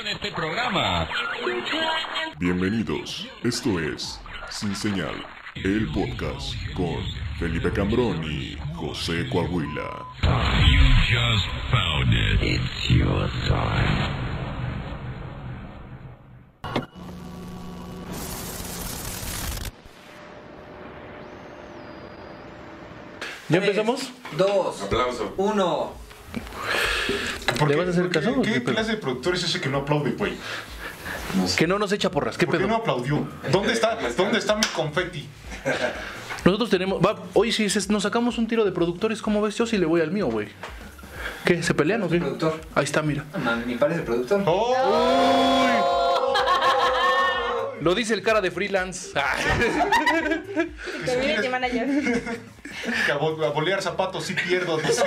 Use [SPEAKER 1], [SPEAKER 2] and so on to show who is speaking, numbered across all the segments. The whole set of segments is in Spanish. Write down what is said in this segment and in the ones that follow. [SPEAKER 1] en este programa.
[SPEAKER 2] Bienvenidos, esto es Sin Señal, el podcast con Felipe Cambrón y José Coahuila.
[SPEAKER 3] You just found it. It's your time.
[SPEAKER 4] ¿Ya empezamos?
[SPEAKER 5] Dos.
[SPEAKER 6] Aplauso.
[SPEAKER 5] Uno.
[SPEAKER 2] ¿Por
[SPEAKER 4] ¿Le vas a hacer
[SPEAKER 2] por qué-
[SPEAKER 4] caso o
[SPEAKER 2] ¿Qué
[SPEAKER 4] qué pedo?
[SPEAKER 2] clase de productor es ese que no aplaude, güey?
[SPEAKER 4] Que no nos echa porras, ¿qué
[SPEAKER 2] ¿Por qué
[SPEAKER 4] pedo?
[SPEAKER 2] no aplaudió? ¿Dónde está, ¿dónde está mi confeti?
[SPEAKER 4] Nosotros tenemos. va, hoy sí se- nos sacamos un tiro de productores, ¿cómo ves? Yo sí le voy al mío, güey. ¿Qué? ¿Se pelean o qué?
[SPEAKER 5] Productor.
[SPEAKER 4] Ahí está, mira.
[SPEAKER 5] No mames, mi padre es el productor.
[SPEAKER 2] ¡Oh!
[SPEAKER 4] Lo dice el cara de freelance.
[SPEAKER 7] Community manager.
[SPEAKER 2] Que a, bo- a bolear zapatos sí pierdo. dice.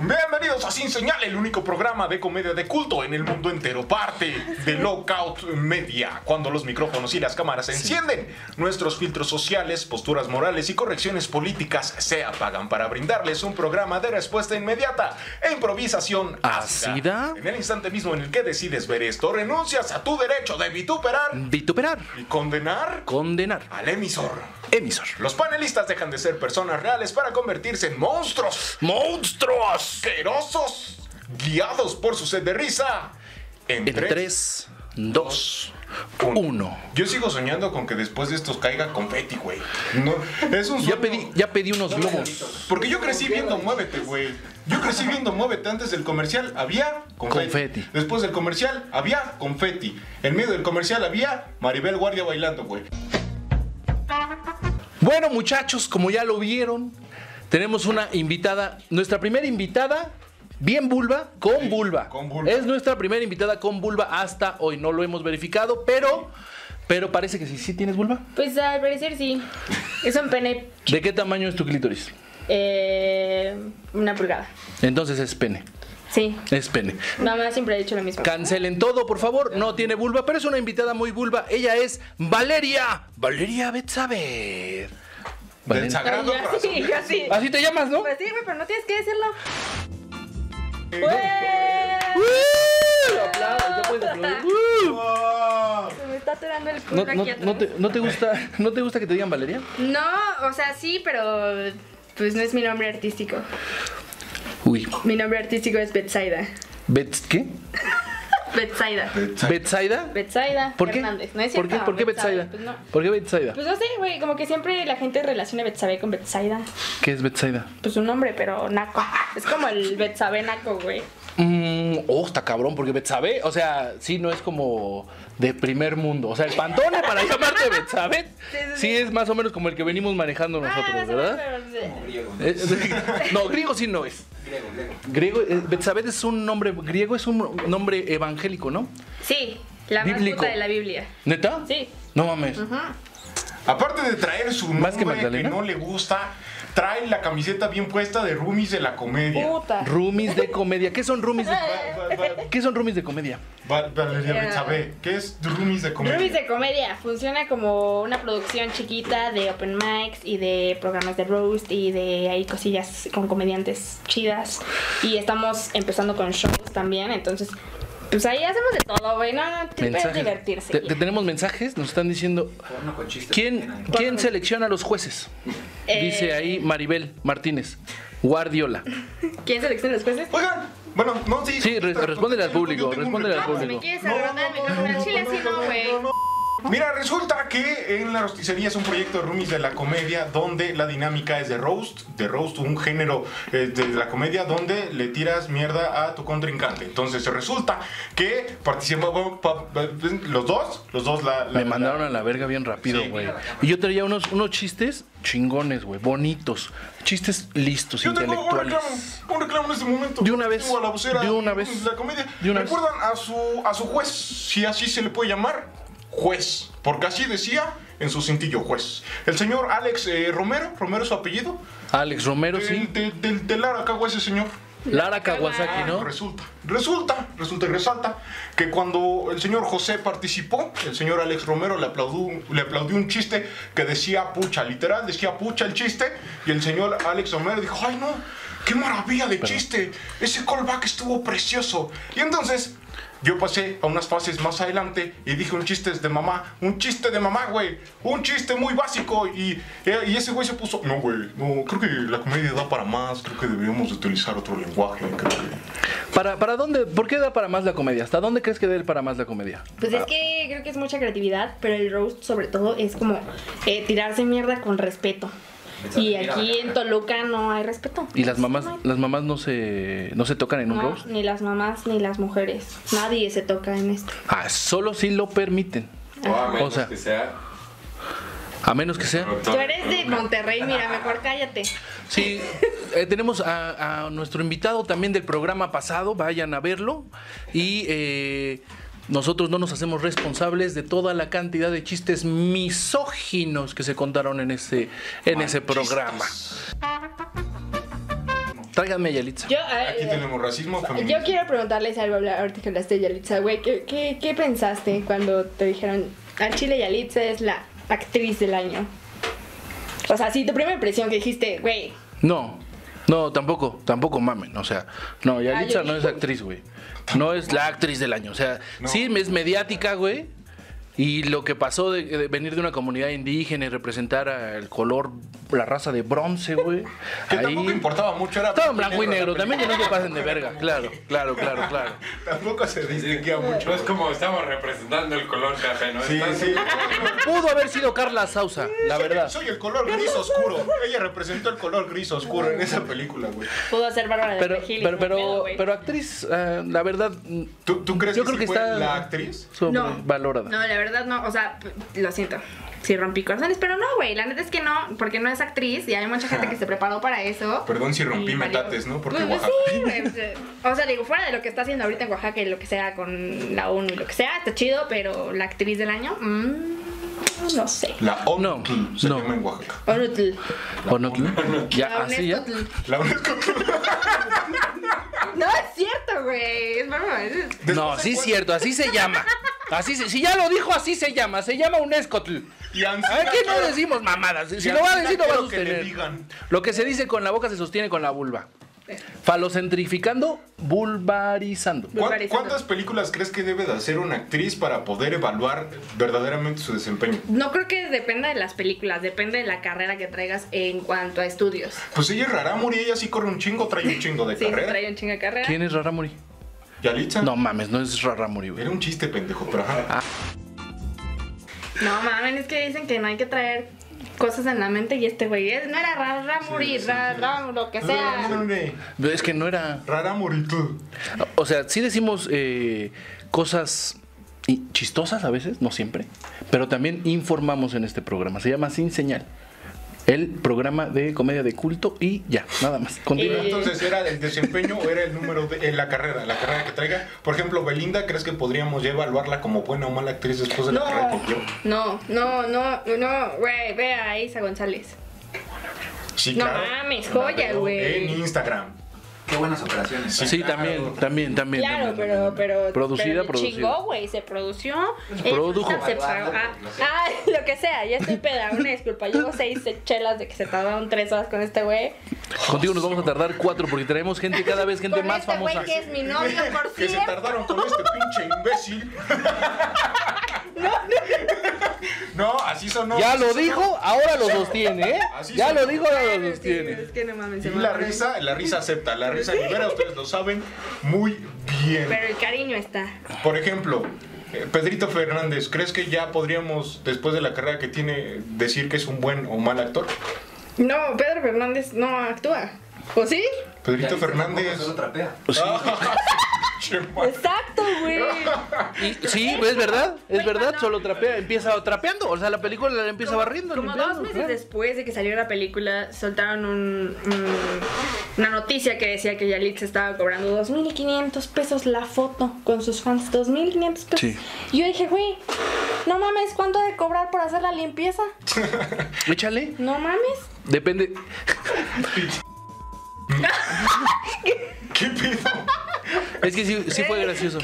[SPEAKER 2] Bienvenidos a Sin Señal, el único programa de comedia de culto en el mundo entero, parte de Lockout Media. Cuando los micrófonos y las cámaras se encienden, nuestros filtros sociales, posturas morales y correcciones políticas se apagan para brindarles un programa de respuesta inmediata e improvisación ácida.
[SPEAKER 4] ¿Ácida?
[SPEAKER 2] En el instante mismo en el que decides ver esto, renuncias a tu derecho de vituperar
[SPEAKER 4] Vituperar.
[SPEAKER 2] y condenar
[SPEAKER 4] Condenar.
[SPEAKER 2] al emisor.
[SPEAKER 4] Emisor.
[SPEAKER 2] Los panelistas dejan de ser personas reales para convertirse en monstruos
[SPEAKER 4] ¡Monstruos!
[SPEAKER 2] asquerosos, guiados por su sed de risa. En,
[SPEAKER 4] En
[SPEAKER 2] tres,
[SPEAKER 4] 3, 2, 1.
[SPEAKER 2] Yo sigo soñando con que después de estos caiga confeti, güey. No, es un
[SPEAKER 4] Ya
[SPEAKER 2] sueño-
[SPEAKER 4] pedí, ya pedí unos globos.
[SPEAKER 2] Porque yo crecí viendo Muévete, güey. Yo crecí viendo Muévete antes del comercial, había confeti.
[SPEAKER 4] Confeti.
[SPEAKER 2] Después del comercial, había confeti. En medio del comercial había Maribel Guardia bailando, güey.
[SPEAKER 4] Bueno, muchachos, como ya lo vieron, tenemos una invitada, nuestra primera invitada, bien vulva, con vulva.
[SPEAKER 2] con vulva.
[SPEAKER 4] Es nuestra primera invitada con vulva hasta hoy, no lo hemos verificado, pero pero parece que sí, sí tienes vulva.
[SPEAKER 7] Pues al parecer sí. Es un pene.
[SPEAKER 4] ¿De qué tamaño es tu clítoris?
[SPEAKER 7] eh, una pulgada.
[SPEAKER 4] Entonces es pene,
[SPEAKER 7] Sí.
[SPEAKER 4] es pene.
[SPEAKER 7] Mamá siempre ha dicho lo mismo.
[SPEAKER 4] Cancelen todo, por favor, no tiene vulva, pero es una invitada muy vulva. Ella es Valeria, Valeria Betsaber.
[SPEAKER 2] Del
[SPEAKER 4] Valeria.
[SPEAKER 7] Ay,
[SPEAKER 2] sagrado
[SPEAKER 7] yo
[SPEAKER 2] corazón.
[SPEAKER 7] sí, yo sí.
[SPEAKER 4] Así te llamas, ¿no?
[SPEAKER 7] Pues sí, güey, pero no tienes que decirlo. Pues, ¡Güey!
[SPEAKER 4] ¡Uh! Aplausos, ya puedes aplaudir. ¡Uh!
[SPEAKER 7] Se me está atorando el culo
[SPEAKER 4] No,
[SPEAKER 7] aquí
[SPEAKER 4] no-
[SPEAKER 7] atrás.
[SPEAKER 4] no te, no te gusta, ¿No te gusta que te digan Valeria?
[SPEAKER 7] No, o sea, sí, pero pues no es mi nombre artístico.
[SPEAKER 4] Uy.
[SPEAKER 7] Mi nombre artístico es Betsaida.
[SPEAKER 4] Bet, ¿Qué?
[SPEAKER 7] Betsaida.
[SPEAKER 4] ¿Betsaida?
[SPEAKER 7] Betsaida
[SPEAKER 4] ¿Por qué?
[SPEAKER 7] Hernández, ¿no es
[SPEAKER 4] ¿Por
[SPEAKER 7] cierto?
[SPEAKER 4] qué, ¿Por qué Betsaida?
[SPEAKER 7] Pues no.
[SPEAKER 4] ¿Por qué Betsaida?
[SPEAKER 7] Pues no sé, güey, como que siempre la gente relaciona Betsabe con Betsaida.
[SPEAKER 4] ¿Qué es Betsaida?
[SPEAKER 7] Pues un nombre, pero naco. Es como el Betsabe naco, güey.
[SPEAKER 4] Mm, oh, está cabrón, porque Betsabe, o sea, sí, no es como de primer mundo. O sea, el pantone para llamarte Betsabe,
[SPEAKER 7] Sí, sí, sí.
[SPEAKER 4] sí es más o menos como el que venimos manejando Ah, nosotros,
[SPEAKER 7] más o menos,
[SPEAKER 4] ¿verdad?
[SPEAKER 7] pero, eh,
[SPEAKER 5] Griego.
[SPEAKER 4] Eh, no, griego sí no es.
[SPEAKER 5] Griego, griego.
[SPEAKER 4] Griego, eh, Betsabé es un nombre griego, es un nombre evangélico, ¿no?
[SPEAKER 7] Sí, la
[SPEAKER 4] Bíblico.
[SPEAKER 7] más puta de la Biblia.
[SPEAKER 4] ¿Neta?
[SPEAKER 7] Sí.
[SPEAKER 4] No mames.
[SPEAKER 2] Aparte de traer su
[SPEAKER 4] Más que
[SPEAKER 2] nombre que,
[SPEAKER 4] Magdalena.
[SPEAKER 2] no le gusta, trae la camiseta bien puesta de roomies de la comedia.
[SPEAKER 7] Puta.
[SPEAKER 4] Roomies de comedia. ¿Qué son roomies de
[SPEAKER 2] Va- va- va-
[SPEAKER 4] ¿Qué son roomies de comedia?
[SPEAKER 2] va- Valeria
[SPEAKER 7] Ya.
[SPEAKER 2] Betsabe, ¿qué es roomies de comedia?
[SPEAKER 7] Rubies de comedia funciona como una producción chiquita de open mics y de programas de roast y de ahí cosillas con comediantes chidas. Y estamos empezando con shows también, entonces pues ahí hacemos de todo, güey. No, no, te puedes divertirse.
[SPEAKER 4] Te- te tenemos mensajes, nos están diciendo.
[SPEAKER 5] Porno con chistes.
[SPEAKER 4] ¿Quién, ¿quién selecciona a los jueces?
[SPEAKER 7] Eh.
[SPEAKER 4] Dice ahí Maribel Martínez. Guardiola.
[SPEAKER 7] ¿Quién selecciona los jueces?
[SPEAKER 2] Oigan, bueno, no, sí.
[SPEAKER 4] Sí, re- respóndele al
[SPEAKER 2] Yo tengo
[SPEAKER 4] público,
[SPEAKER 2] un
[SPEAKER 4] respóndele al
[SPEAKER 7] Ah,
[SPEAKER 2] reclamo.
[SPEAKER 4] público.
[SPEAKER 7] pues quieres
[SPEAKER 2] No, no,
[SPEAKER 7] arrebatar
[SPEAKER 2] no,
[SPEAKER 7] mi
[SPEAKER 2] no,
[SPEAKER 7] nombre.
[SPEAKER 2] no,
[SPEAKER 7] Al chile
[SPEAKER 2] no,
[SPEAKER 7] sí,
[SPEAKER 2] no,
[SPEAKER 7] no,
[SPEAKER 2] no,
[SPEAKER 7] güey.
[SPEAKER 2] no, no. Mira, resulta que en la rosticería es un proyecto de roomies de la comedia donde la dinámica es de roast, de roast, un género eh, de la comedia donde le tiras mierda a tu contrincante. Entonces resulta que participaban pa- pa- los dos, los dos la... la-
[SPEAKER 4] Me mandaron
[SPEAKER 2] la-
[SPEAKER 4] a la verga bien rápido,
[SPEAKER 2] Sí,
[SPEAKER 4] güey.
[SPEAKER 2] mira la
[SPEAKER 4] Y yo traía unos, unos chistes chingones, güey. Bonitos. Chistes listos,
[SPEAKER 2] Yo tengo un
[SPEAKER 4] intelectuales.
[SPEAKER 2] reclamo, un reclamo en este momento.
[SPEAKER 4] De una vez,
[SPEAKER 2] Tengo a la vocera
[SPEAKER 4] de una vez,
[SPEAKER 2] La comedia.
[SPEAKER 4] de una vez.
[SPEAKER 2] ¿Recuerdan a su a su juez, si así se le puede llamar, juez, porque así decía en su cintillo juez. El señor Alex eh, Romero, Romero es su apellido.
[SPEAKER 4] Alex Romero,
[SPEAKER 2] del,
[SPEAKER 4] sí.
[SPEAKER 2] del, del- del Aracagua ese señor.
[SPEAKER 4] Lara Kawasaki,
[SPEAKER 2] Ah,
[SPEAKER 4] ¿no?
[SPEAKER 2] Resulta, resulta, resulta y resalta que cuando el señor José participó, el señor Alex Romero le aplaudió, le aplaudió un chiste que decía pucha, literal, decía pucha el chiste, y el señor Alex Romero dijo, ay no, ¡Qué maravilla de chiste! Ese callback estuvo precioso. Y entonces yo pasé a unas fases más adelante y dije un chiste de mamá, un chiste de mamá, güey, un chiste muy básico. Y, eh, y ese güey se puso, no, güey, no, creo que la comedia da para más, creo que deberíamos de utilizar otro lenguaje, creo que...
[SPEAKER 4] ¿Para, ¿Para dónde? ¿Por qué da para más la comedia? ¿Hasta dónde crees que dé para más la comedia?
[SPEAKER 7] Pues es que creo que es mucha creatividad, pero el roast sobre todo es como eh, tirarse mierda con respeto. Y aquí en Toluca no hay respeto.
[SPEAKER 4] ¿Y las mamás,
[SPEAKER 7] pues, No hay-
[SPEAKER 4] las mamás no se, no se tocan en un
[SPEAKER 7] No,
[SPEAKER 4] roast?
[SPEAKER 7] ni las mamás ni las mujeres. Nadie se toca en esto.
[SPEAKER 4] Ah, solo si lo permiten.
[SPEAKER 1] O a menos
[SPEAKER 4] O sea-
[SPEAKER 1] que sea.
[SPEAKER 4] A menos que sea.
[SPEAKER 1] productor.
[SPEAKER 7] Tú eres de Monterrey, mira, mejor cállate.
[SPEAKER 4] Sí, eh, tenemos a, a nuestro invitado también del programa pasado, vayan a verlo. Y eh, nosotros no nos hacemos responsables de toda la cantidad de chistes misóginos que se contaron en ese, en ese programa. Tráiganme a Yalitza.
[SPEAKER 7] Yo, a ver,
[SPEAKER 2] Aquí
[SPEAKER 7] eh,
[SPEAKER 2] tenemos racismo, feminismo.
[SPEAKER 7] yo quiero preguntarles algo habla- ahorita que hablaste de Yalitza, güey. ¿qué, qué, qué pensaste cuando te dijeron al Chile Yalitza es la actriz del año? O sea, sí, tu primera impresión que dijiste, güey,
[SPEAKER 4] No, no, tampoco, tampoco mamen. O sea, no, Yalitza
[SPEAKER 7] Ah, yo-
[SPEAKER 4] no es actriz, güey. No es la actriz del año. O sea,
[SPEAKER 2] No.
[SPEAKER 4] sí es mediática, güey. Y lo que pasó de, de venir de una comunidad indígena y representar al color, la raza de bronce, güey.
[SPEAKER 2] Que tampoco importaba mucho, era...
[SPEAKER 4] Todo en blanco y negro, también que no se pasen de verga. Claro, claro, claro, claro.
[SPEAKER 2] Tampoco se distinguía mucho.
[SPEAKER 1] No es como estamos representando el color café, ¿no?
[SPEAKER 2] Sí,
[SPEAKER 1] Estás-
[SPEAKER 2] sí.
[SPEAKER 4] Pudo haber sido Carla Sousa, la
[SPEAKER 2] Soy-
[SPEAKER 4] verdad.
[SPEAKER 2] Soy el color gris oscuro. Ella representó el color gris oscuro en esa película, güey.
[SPEAKER 7] pudo ser Bárbara de
[SPEAKER 4] Pero,
[SPEAKER 7] Regil y
[SPEAKER 4] pero,
[SPEAKER 7] fue un pedo,
[SPEAKER 4] pero,
[SPEAKER 7] güey.
[SPEAKER 4] pero actriz, eh, la verdad, mm,
[SPEAKER 2] ¿Tú, tú crees
[SPEAKER 4] Yo
[SPEAKER 2] que,
[SPEAKER 4] creo que
[SPEAKER 2] sí fue
[SPEAKER 4] está-
[SPEAKER 2] la actriz?
[SPEAKER 4] sobrevalorada.
[SPEAKER 7] No, la verdad no, o sea, p- lo siento. Sí rompí corazones, pero no, güey, la neta es que no, porque no es actriz y hay mucha gente que se preparó para eso.
[SPEAKER 2] Perdón si rompí
[SPEAKER 7] Y valió.
[SPEAKER 2] metates, ¿no? Porque
[SPEAKER 7] Pues, pues,
[SPEAKER 2] Oaxaca.
[SPEAKER 7] sí, güey, pues, o sea, digo, fuera de lo que está haciendo ahorita en Oaxaca y lo que sea con la ONU y lo que sea, está chido, pero la actriz del año, mm, no sé.
[SPEAKER 2] La ONU
[SPEAKER 4] No,
[SPEAKER 2] se
[SPEAKER 4] no.
[SPEAKER 2] llama en Oaxaca.
[SPEAKER 7] Onutl.
[SPEAKER 4] ¿O no? Ya,
[SPEAKER 7] La
[SPEAKER 4] así ya.
[SPEAKER 7] Onetotl.
[SPEAKER 2] La UNESCO.
[SPEAKER 7] No es cierto, güey, es broma. es-
[SPEAKER 4] No, sí es cierto, así se llama. Así se- si ya lo dijo, así se llama. Se llama UNESCO.
[SPEAKER 2] Y Ancina,
[SPEAKER 4] Aquí no
[SPEAKER 2] claro.
[SPEAKER 4] decimos mamadas. Si
[SPEAKER 2] Y
[SPEAKER 4] lo va a
[SPEAKER 2] Ancina
[SPEAKER 4] decir, lo va a
[SPEAKER 2] quiero que le
[SPEAKER 4] sostener.
[SPEAKER 2] digan.
[SPEAKER 4] Lo que se dice con la boca se sostiene con la vulva. Falocentrificando, vulvarizando.
[SPEAKER 2] ¿Cuán-
[SPEAKER 7] vulgarizando.
[SPEAKER 2] ¿Cuántas películas crees que debe de hacer una actriz para poder evaluar verdaderamente su desempeño?
[SPEAKER 7] No creo que dependa de las películas, depende de la carrera que traigas en cuanto a estudios.
[SPEAKER 2] Pues ella es Raramuri, ella sí corre un chingo, trae un chingo de
[SPEAKER 7] Sí,
[SPEAKER 2] carrera.
[SPEAKER 7] trae un chingo de carrera.
[SPEAKER 4] ¿Quién es Raramuri?
[SPEAKER 2] Yalitza.
[SPEAKER 4] No mames, no es Raramuri, güey.
[SPEAKER 2] Era un chiste pendejo, pero ajá.
[SPEAKER 7] No mames, es que dicen que no hay que traer cosas en la mente y este güey es- no era rara, ra, morir, ra, ra, lo que sea.
[SPEAKER 2] Raramuri.
[SPEAKER 4] Es que no era.
[SPEAKER 2] Raramuri, tú.
[SPEAKER 4] O sea, sí decimos eh, cosas i- chistosas a veces, no siempre, pero también informamos en este programa. Se llama Sin Señal. El programa de comedia de culto y ya, nada más. Continúa.
[SPEAKER 7] Eh,
[SPEAKER 2] Entonces, ¿era el desempeño o era el número de en la carrera? La carrera que traiga. Por ejemplo, Belinda, ¿crees que podríamos ya evaluarla como buena o mala actriz después de la
[SPEAKER 7] No.
[SPEAKER 2] carrera que cumplió?
[SPEAKER 7] No, no, no, no, güey, ve a Isa González.
[SPEAKER 2] Sí,
[SPEAKER 7] No
[SPEAKER 2] claro.
[SPEAKER 7] mames,
[SPEAKER 2] La
[SPEAKER 7] joya,
[SPEAKER 2] veo
[SPEAKER 7] güey.
[SPEAKER 2] En Instagram.
[SPEAKER 5] Qué buenas operaciones.
[SPEAKER 4] Sí, también, también, también.
[SPEAKER 7] Claro,
[SPEAKER 4] también,
[SPEAKER 7] pero,
[SPEAKER 4] también.
[SPEAKER 7] pero.
[SPEAKER 4] Producida,
[SPEAKER 7] pero
[SPEAKER 4] producida.
[SPEAKER 7] chingó, güey, se produció.
[SPEAKER 4] Produjo.
[SPEAKER 7] Eh, se pagó- ah, ah, lo que sea, ya estoy peda, una disculpa. Llevo seis chelas de que se tardaron tres horas con este güey.
[SPEAKER 4] Contigo nos vamos a tardar cuatro porque traemos gente cada vez gente
[SPEAKER 7] Con
[SPEAKER 4] más
[SPEAKER 7] este güey
[SPEAKER 4] famosa.
[SPEAKER 7] que es mi novio, por
[SPEAKER 2] Que se
[SPEAKER 7] cierto.
[SPEAKER 2] tardaron con este pinche imbécil. No, así sonó.
[SPEAKER 4] Ya
[SPEAKER 2] así
[SPEAKER 4] lo
[SPEAKER 2] sonó.
[SPEAKER 4] dijo, ahora lo sostiene, ¿eh?
[SPEAKER 2] Así
[SPEAKER 4] Ya
[SPEAKER 2] son.
[SPEAKER 4] lo dijo, ahora lo
[SPEAKER 7] Es
[SPEAKER 4] sostiene.
[SPEAKER 7] que no mames,
[SPEAKER 2] Y
[SPEAKER 7] se
[SPEAKER 2] la
[SPEAKER 7] mamaron.
[SPEAKER 2] risa, la risa acepta, la risa libera, ustedes lo saben muy bien.
[SPEAKER 7] Pero el cariño está.
[SPEAKER 2] Por ejemplo, eh, Pedrito Fernández, ¿crees que ya podríamos, después de la carrera que tiene, decir que es un buen o mal actor?
[SPEAKER 7] No, Pedro Fernández no actúa. ¿O sí?
[SPEAKER 2] Pedrito
[SPEAKER 5] Yalitza tampoco
[SPEAKER 2] Fernández.
[SPEAKER 5] Solo trapea.
[SPEAKER 2] Che, madre.
[SPEAKER 7] Exacto, güey.
[SPEAKER 4] Y- sí, pues, es verdad, es
[SPEAKER 7] Güey,
[SPEAKER 4] verdad,
[SPEAKER 7] cuando-
[SPEAKER 4] solo trapea, empieza trapeando, o sea, la película la empieza barriendo.
[SPEAKER 7] Como
[SPEAKER 4] limpiando,
[SPEAKER 7] dos meses
[SPEAKER 4] claro.
[SPEAKER 7] después de que salió la película, soltaron un, un- una noticia que decía que Yalitza estaba cobrando 2.500 pesos la foto con sus fans. 2.500 pesos.
[SPEAKER 4] Sí.
[SPEAKER 7] Y Yo dije, güey, no mames, ¿cuánto ha de cobrar por hacer la limpieza?
[SPEAKER 4] Échale,
[SPEAKER 7] No mames.
[SPEAKER 4] depende.
[SPEAKER 2] ¿Qué pedo?
[SPEAKER 4] Es que sí, sí fue gracioso.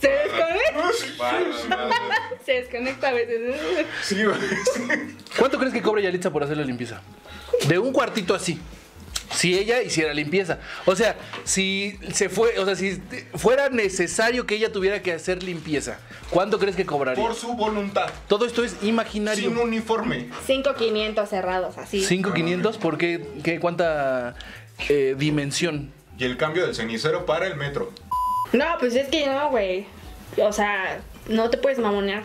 [SPEAKER 7] Se desconecta,
[SPEAKER 1] Bárbaro, bárbaro.
[SPEAKER 7] se desconecta a veces.
[SPEAKER 2] Sí, güey.
[SPEAKER 4] ¿Cuánto crees que cobra Yalitza por hacer la limpieza? De un cuartito así. Si ella hiciera limpieza. O sea, si se fue, o sea, si te- fuera necesario que ella tuviera que hacer limpieza, ¿cuánto crees que cobraría?
[SPEAKER 2] Por su voluntad.
[SPEAKER 4] Todo esto es imaginario.
[SPEAKER 2] Sin uniforme.
[SPEAKER 7] 5500 cerrados, así.
[SPEAKER 4] 5.500, ¿por qué? ¿Qué? ¿Cuánta eh, dimensión?
[SPEAKER 2] Y el cambio del cenicero para el metro.
[SPEAKER 7] No, pues es que no, güey. O sea, no te puedes mamonear.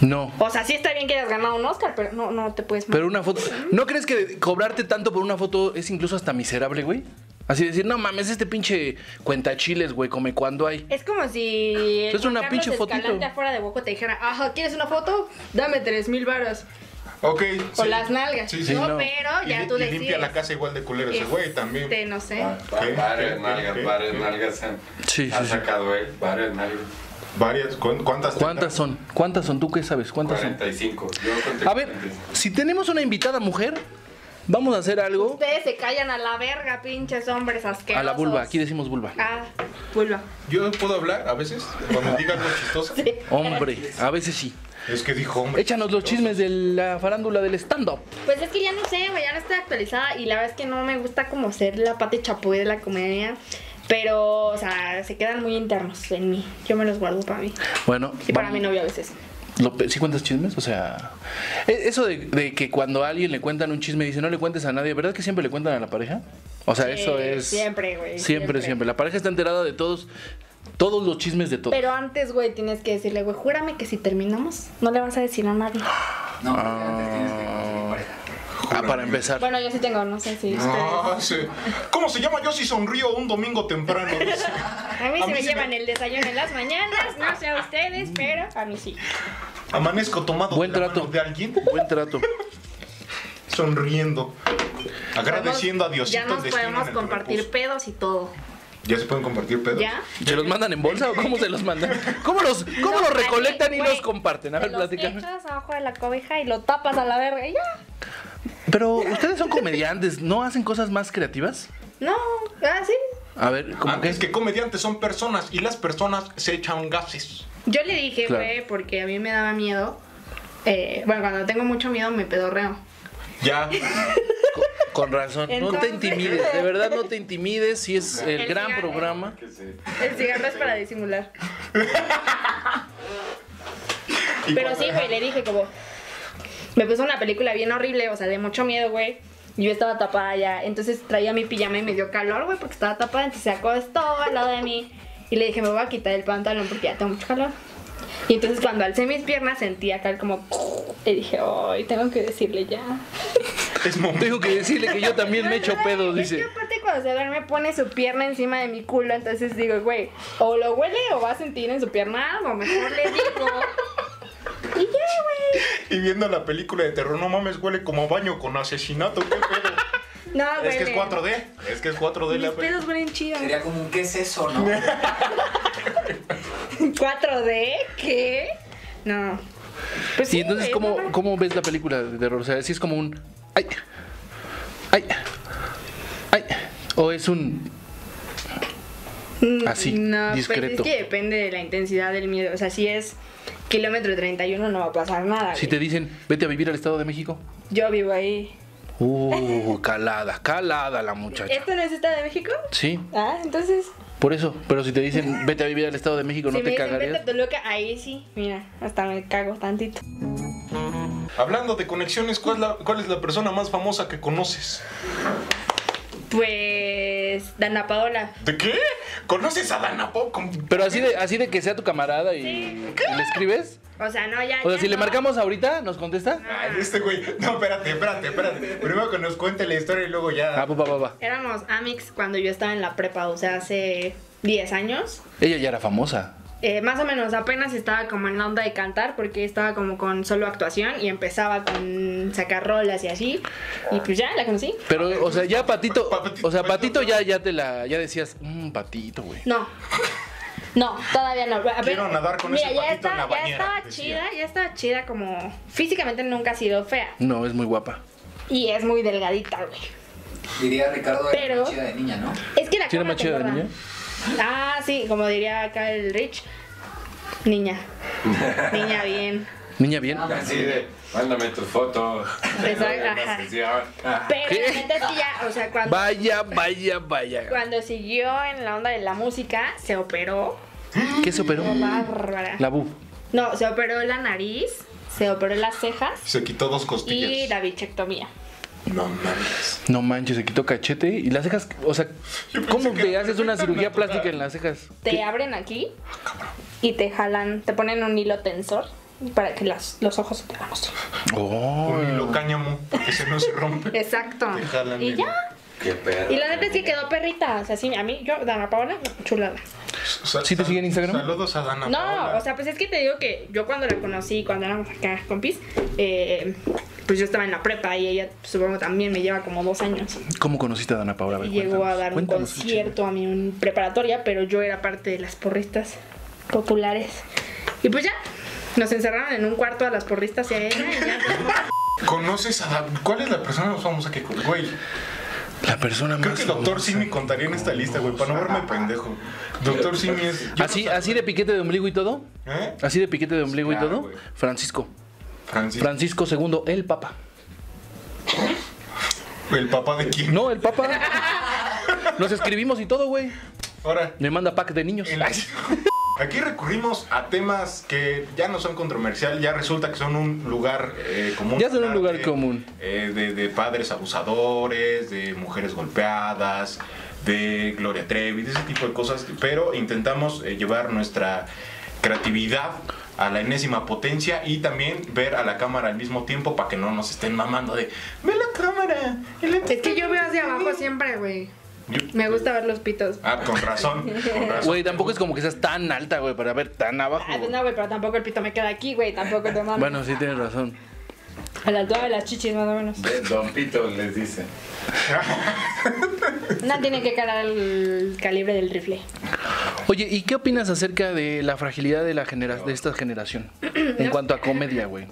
[SPEAKER 4] No.
[SPEAKER 7] O sea, sí está bien que hayas ganado un Oscar, pero no, no te puedes
[SPEAKER 4] Pero una foto. ¿No crees que cobrarte tanto por una foto es incluso hasta miserable, güey? Así decir, no mames, este pinche cuenta chiles, güey, come cuando hay.
[SPEAKER 7] Es como si.
[SPEAKER 4] Es
[SPEAKER 7] Juan
[SPEAKER 4] una
[SPEAKER 7] Carlos
[SPEAKER 4] pinche fotito.
[SPEAKER 7] Escalante afuera de Boco te dijera, ajá, ¿quieres una foto? Dame 3000 varas.
[SPEAKER 2] Ok.
[SPEAKER 7] Con
[SPEAKER 2] sí.
[SPEAKER 7] las nalgas.
[SPEAKER 2] Sí, sí.
[SPEAKER 7] No,
[SPEAKER 4] no.
[SPEAKER 7] pero
[SPEAKER 2] Y
[SPEAKER 7] ya
[SPEAKER 2] li-
[SPEAKER 7] tú
[SPEAKER 2] y
[SPEAKER 7] decides.
[SPEAKER 2] limpia la casa igual de culero ese güey también. Ah.
[SPEAKER 7] Este, no sé.
[SPEAKER 2] ¿Qué?
[SPEAKER 1] Varias
[SPEAKER 2] ¿Qué?
[SPEAKER 1] nalgas,
[SPEAKER 2] ¿Qué?
[SPEAKER 1] varias
[SPEAKER 2] ¿Qué?
[SPEAKER 1] nalgas han,
[SPEAKER 4] Sí, sí,
[SPEAKER 1] ha
[SPEAKER 4] sí.
[SPEAKER 1] sacado él. Varias nalgas.
[SPEAKER 2] Varias. ¿cu- ¿Cuántas?
[SPEAKER 4] ¿Cuántas son? ¿Cuántas son? ¿Tú qué sabes? ¿Cuántas son?
[SPEAKER 1] 45. Yo conté
[SPEAKER 4] A ver,
[SPEAKER 1] 45.
[SPEAKER 4] si tenemos una invitada mujer, vamos a hacer algo
[SPEAKER 7] Ustedes se callan a la verga, pinches hombres asquerosos.
[SPEAKER 4] a la vulva. Aquí decimos vulva.
[SPEAKER 7] Ah, vulva.
[SPEAKER 2] Yo puedo hablar a veces cuando digan algo chistoso.
[SPEAKER 4] Hombre, a veces sí.
[SPEAKER 2] Es que dijo hombre.
[SPEAKER 4] Échanos los chismes de la farándula del stand-up.
[SPEAKER 7] Pues es que ya no sé, güey, ya no estoy actualizada y la verdad es que no me gusta como ser la pata chapuy de la comedia. Pero, o sea, se quedan muy internos en mí. Yo me los guardo para mí.
[SPEAKER 4] Bueno,
[SPEAKER 7] Y para
[SPEAKER 4] vamos-
[SPEAKER 7] mi novio a veces.
[SPEAKER 4] Lo pe- ¿Sí cuentas chismes? O sea, e- eso de, de que cuando a alguien le cuentan un chisme dice no le cuentes a nadie, ¿verdad que siempre le cuentan a la pareja? O sea,
[SPEAKER 7] Sí,
[SPEAKER 4] eso es.
[SPEAKER 7] Eh, siempre, güey,
[SPEAKER 4] Siempre,
[SPEAKER 7] siempre.
[SPEAKER 4] siempre. La pareja está enterada de todos, todos los chismes de todos.
[SPEAKER 7] Pero antes, güey, tienes que decirle, güey, júrame que si terminamos, no le vas a decir a nadie.
[SPEAKER 5] No, porque antes tienes que conseguir pareja.
[SPEAKER 4] ah, para empezar.
[SPEAKER 7] Bueno, yo sí tengo, no sé si ustedes.
[SPEAKER 2] Ah, sí. ¿Cómo se llama? Yo sí sonrío un domingo temprano. dice.
[SPEAKER 7] A mí
[SPEAKER 2] a
[SPEAKER 7] sí
[SPEAKER 2] mí
[SPEAKER 7] me
[SPEAKER 2] sí
[SPEAKER 7] llevan
[SPEAKER 2] me-
[SPEAKER 7] el desayuno en las mañanas, no sé a ustedes, pero a mí sí.
[SPEAKER 2] Amanezco tomado
[SPEAKER 4] Buen
[SPEAKER 2] de, la
[SPEAKER 4] trato.
[SPEAKER 2] mano de alguien,
[SPEAKER 4] Buen trato.
[SPEAKER 2] sonriendo, agradeciendo a Diosito.
[SPEAKER 7] Ya nos
[SPEAKER 2] el destino en
[SPEAKER 7] podemos
[SPEAKER 2] el que me
[SPEAKER 7] compartir
[SPEAKER 2] puso.
[SPEAKER 7] pedos y todo.
[SPEAKER 2] ¿Ya se pueden compartir pedos?
[SPEAKER 7] ¿Ya?
[SPEAKER 4] ¿Se los mandan en bolsa o cómo se los mandan? ¿Cómo los, cómo
[SPEAKER 7] No,
[SPEAKER 4] los recolectan y
[SPEAKER 7] güey,
[SPEAKER 4] los comparten? A ver,
[SPEAKER 7] te los
[SPEAKER 4] platícame.
[SPEAKER 7] echas abajo de la cobija y lo tapas a la verga y ya.
[SPEAKER 4] Pero ustedes son comediantes, ¿no hacen cosas más creativas?
[SPEAKER 7] No, ah, sí.
[SPEAKER 4] A ver, ¿cómo Ah, que?
[SPEAKER 2] Antes Ah, que comediantes son personas y las personas se echan gases.
[SPEAKER 7] Yo le dije,
[SPEAKER 4] Claro.
[SPEAKER 7] güey, porque a mí me daba miedo. Eh, bueno, cuando tengo mucho miedo me pedorreo.
[SPEAKER 2] Ya.
[SPEAKER 4] Con razón. No te
[SPEAKER 7] Entonces-
[SPEAKER 4] intimides, de verdad no te intimides si es el
[SPEAKER 7] El
[SPEAKER 4] gran
[SPEAKER 7] cigarro.
[SPEAKER 4] programa.
[SPEAKER 1] Que sí.
[SPEAKER 7] El cigarro es para disimular.
[SPEAKER 2] Y
[SPEAKER 7] Pero
[SPEAKER 2] cuando-
[SPEAKER 7] sí, güey, le dije como. Me puso una película bien horrible, o sea, de mucho miedo, güey. y Yo estaba tapada ya. Entonces traía mi pijama y me dio calor, güey, porque estaba tapada. Entonces se acostó al lado de mí. Y le dije, me voy a quitar el pantalón porque ya tengo mucho calor. Y entonces cuando alcé mis piernas sentí acá como. Y dije, ay, tengo que decirle ya.
[SPEAKER 2] Es momento.
[SPEAKER 4] Tengo que decirle que yo también me echo pedos,
[SPEAKER 7] Es que
[SPEAKER 4] dice.
[SPEAKER 7] aparte cuando se duerme pone su pierna encima de mi culo, entonces digo, güey, o lo huele o va a sentir en su pierna algo, mejor le digo. y ya, güey.
[SPEAKER 2] Y viendo la película de terror, no mames, huele como a baño con asesinato. ¿Qué pedo?
[SPEAKER 7] No,
[SPEAKER 2] Es que es
[SPEAKER 7] huele.
[SPEAKER 2] 4D. Es que es 4D
[SPEAKER 7] Mis
[SPEAKER 2] la película.
[SPEAKER 7] pedos huelen chido.
[SPEAKER 5] Sería como un ¿qué es eso, no?
[SPEAKER 7] 4D, ¿qué? No. Pues sí,
[SPEAKER 4] Y entonces,
[SPEAKER 7] güey,
[SPEAKER 4] ¿cómo,
[SPEAKER 7] no, no.
[SPEAKER 4] ¿cómo ves la película de terror? O sea, si es como un. ¡Ay! ¡Ay! ¡Ay! O es un. Así,
[SPEAKER 7] No,
[SPEAKER 4] discreto.
[SPEAKER 7] pues es que depende de la intensidad del miedo. O sea, si es kilómetro 31 no va a pasar nada.
[SPEAKER 4] Si te
[SPEAKER 7] güey.
[SPEAKER 4] dicen, vete a vivir al Estado de México.
[SPEAKER 7] Yo vivo ahí.
[SPEAKER 4] Uh, calada, calada la muchacha.
[SPEAKER 7] ¿Esto no es Estado de México?
[SPEAKER 4] Sí,
[SPEAKER 7] Ah, entonces...
[SPEAKER 4] por eso. Pero si te dicen, vete a vivir al Estado de México, no
[SPEAKER 7] si me
[SPEAKER 4] te
[SPEAKER 7] dicen vete a
[SPEAKER 4] cagarías.
[SPEAKER 7] Toluca, ahí sí. Mira, hasta me cago tantito.
[SPEAKER 2] Hablando de conexiones, ¿cuál es, la, cuál es la persona más famosa que conoces?
[SPEAKER 7] Pues... Dana Paola.
[SPEAKER 2] ¿De qué? ¿Conoces a Dana Pau? Con-
[SPEAKER 4] Pero así de, así de que sea tu camarada y, y le escribes.
[SPEAKER 7] O sea, no, ya...
[SPEAKER 4] O sea,
[SPEAKER 7] ya
[SPEAKER 4] si le
[SPEAKER 7] no.
[SPEAKER 4] marcamos ahorita, ¿nos contesta?
[SPEAKER 2] Ay, este güey. No, espérate, espérate, espérate. Primero que nos cuente la historia y luego
[SPEAKER 4] Ah,
[SPEAKER 2] ya.
[SPEAKER 4] pues va, va, va.
[SPEAKER 7] Éramos Amix cuando yo estaba en la prepa, o sea, hace 10 años.
[SPEAKER 4] Ella ya era famosa.
[SPEAKER 7] Eh, más o menos, apenas estaba como en la onda de cantar porque estaba como con solo actuación y empezaba con sacar rolas y así. Y pues ya la conocí.
[SPEAKER 4] Pero, o sea, ya Patito.
[SPEAKER 2] Pa- Patito,
[SPEAKER 4] O sea,
[SPEAKER 2] Patito,
[SPEAKER 4] Patito ya, ya te la. Ya decías, mmm, Patito, güey.
[SPEAKER 7] No. No, todavía no. A ver,
[SPEAKER 2] Quiero nadar con ese
[SPEAKER 7] ya,
[SPEAKER 2] patito en la
[SPEAKER 7] ya
[SPEAKER 2] bañera,
[SPEAKER 7] estaba
[SPEAKER 2] decía.
[SPEAKER 7] chida, ya estaba chida como físicamente nunca ha sido fea
[SPEAKER 4] No, es muy guapa.
[SPEAKER 7] y es muy delgadita, güey.
[SPEAKER 5] Diría Ricardo era
[SPEAKER 7] Pero-
[SPEAKER 5] una chida de niña, ¿no?
[SPEAKER 7] Es que la
[SPEAKER 4] ¿Tiene
[SPEAKER 7] cama
[SPEAKER 4] más chida de
[SPEAKER 7] te engorda.
[SPEAKER 4] niña?
[SPEAKER 7] Ah, sí, como diría acá el Rich. Niña. Niña bien.
[SPEAKER 4] Niña bien.
[SPEAKER 1] Así de, mándame tus fotos. Pues Ah.
[SPEAKER 7] Exacto,
[SPEAKER 2] Ah.
[SPEAKER 7] ajá.
[SPEAKER 2] pues,
[SPEAKER 7] Pero
[SPEAKER 4] ¿Qué?
[SPEAKER 7] la neta es que ya, o sea, cuando,
[SPEAKER 4] Vaya, vaya, vaya.
[SPEAKER 7] cuando siguió en la onda de la música, se operó.
[SPEAKER 4] ¿Qué se operó?
[SPEAKER 7] Bárbara.
[SPEAKER 4] Mm. La bu.
[SPEAKER 7] No, se operó la nariz, se operó las cejas
[SPEAKER 2] Se quitó dos costillas.
[SPEAKER 7] y la bichectomía.
[SPEAKER 2] No mames.
[SPEAKER 4] No manches, se quitó cachete y las cejas, o sea,
[SPEAKER 2] Yo pensé
[SPEAKER 4] ¿cómo
[SPEAKER 2] que
[SPEAKER 4] te
[SPEAKER 2] era
[SPEAKER 4] haces una
[SPEAKER 2] perfecta
[SPEAKER 4] cirugía
[SPEAKER 2] natural.
[SPEAKER 4] plástica en las cejas?
[SPEAKER 7] Te abren aquí
[SPEAKER 2] Ah,
[SPEAKER 7] y te jalan, te ponen un hilo tensor para que las- los ojos se te hagan así.
[SPEAKER 4] Oh.
[SPEAKER 2] Un hilo cáñamo, porque se no se rompe.
[SPEAKER 7] Exacto.
[SPEAKER 2] Te jalan
[SPEAKER 7] Y
[SPEAKER 2] el-
[SPEAKER 7] ya.
[SPEAKER 1] Qué perro.
[SPEAKER 7] Y la neta es que quedó perrita. O sea, sí, a mí, yo, Dana Paola, chulada.
[SPEAKER 2] Sa-
[SPEAKER 4] ¿Sí te
[SPEAKER 2] sa-
[SPEAKER 4] sigue en Instagram?
[SPEAKER 2] Saludos a Dana
[SPEAKER 7] No,
[SPEAKER 2] Paola.
[SPEAKER 7] o sea, pues es que te digo que yo cuando la conocí, cuando éramos acá compis, eh, pues yo estaba en la prepa y ella pues, supongo también me lleva como dos años.
[SPEAKER 4] ¿Cómo conociste a Dana Paula? ver,
[SPEAKER 7] Y llegó a
[SPEAKER 4] cuéntanos,
[SPEAKER 7] dar un
[SPEAKER 4] cuéntanos,
[SPEAKER 7] concierto a mí, un preparatoria, pero yo era parte de las porristas populares. Y pues ya, nos encerraron en un cuarto a las porristas y a ella. y ya, pues,
[SPEAKER 2] ¿Conoces a Da- ¿Cuál es la persona más famosa que con- Güey,
[SPEAKER 4] Chichi. La persona más.
[SPEAKER 2] creo que el doctor
[SPEAKER 4] famosa.
[SPEAKER 2] Simi contaría en esta lista, güey, para no verme pendejo. Doctor Simi es. yo
[SPEAKER 4] Así,
[SPEAKER 2] no sab-
[SPEAKER 4] así de piquete de ombligo y todo.
[SPEAKER 2] ¿Eh?
[SPEAKER 4] Así de piquete de ombligo y
[SPEAKER 2] Claro,
[SPEAKER 4] todo.
[SPEAKER 2] güey.
[SPEAKER 4] Francisco.
[SPEAKER 2] Francis.
[SPEAKER 4] Francisco II, el Papa.
[SPEAKER 2] ¿El papá de quién?
[SPEAKER 4] No, el Papa. Nos escribimos y todo, güey.
[SPEAKER 2] Ahora.
[SPEAKER 4] Me manda pack de niños.
[SPEAKER 2] el- Aquí recurrimos a temas que ya no son controversial, ya resulta que son un lugar eh, común.
[SPEAKER 4] Ya son un lugar
[SPEAKER 2] Eh,
[SPEAKER 4] común.
[SPEAKER 2] eh, de, de padres abusadores, de mujeres golpeadas, de Gloria Trevi, de ese tipo de cosas. Pero intentamos eh, llevar nuestra creatividad a la enésima potencia y también ver a la cámara al mismo tiempo para que no nos estén mamando de ve la cámara. el ente
[SPEAKER 7] es que yo veo hacia abajo
[SPEAKER 2] está
[SPEAKER 7] siempre, güey.
[SPEAKER 2] viendo".
[SPEAKER 7] Me gusta ver los pitos.
[SPEAKER 2] Ah, con razón, con razón.
[SPEAKER 4] Güey, tampoco es como que seas tan alta, güey, para ver tan abajo.
[SPEAKER 7] Ah, pues
[SPEAKER 4] güey.
[SPEAKER 7] no, güey, pero tampoco el pito me queda aquí, güey. Tampoco te mames.
[SPEAKER 4] Bueno, sí tienes razón.
[SPEAKER 7] A la altura de las chichis, más o menos.
[SPEAKER 1] De Don Pito les dice.
[SPEAKER 7] No tiene que calar el calibre del rifle.
[SPEAKER 4] Oye, ¿y qué opinas acerca de la fragilidad de la genera de esta generación? En cuanto a comedia, güey.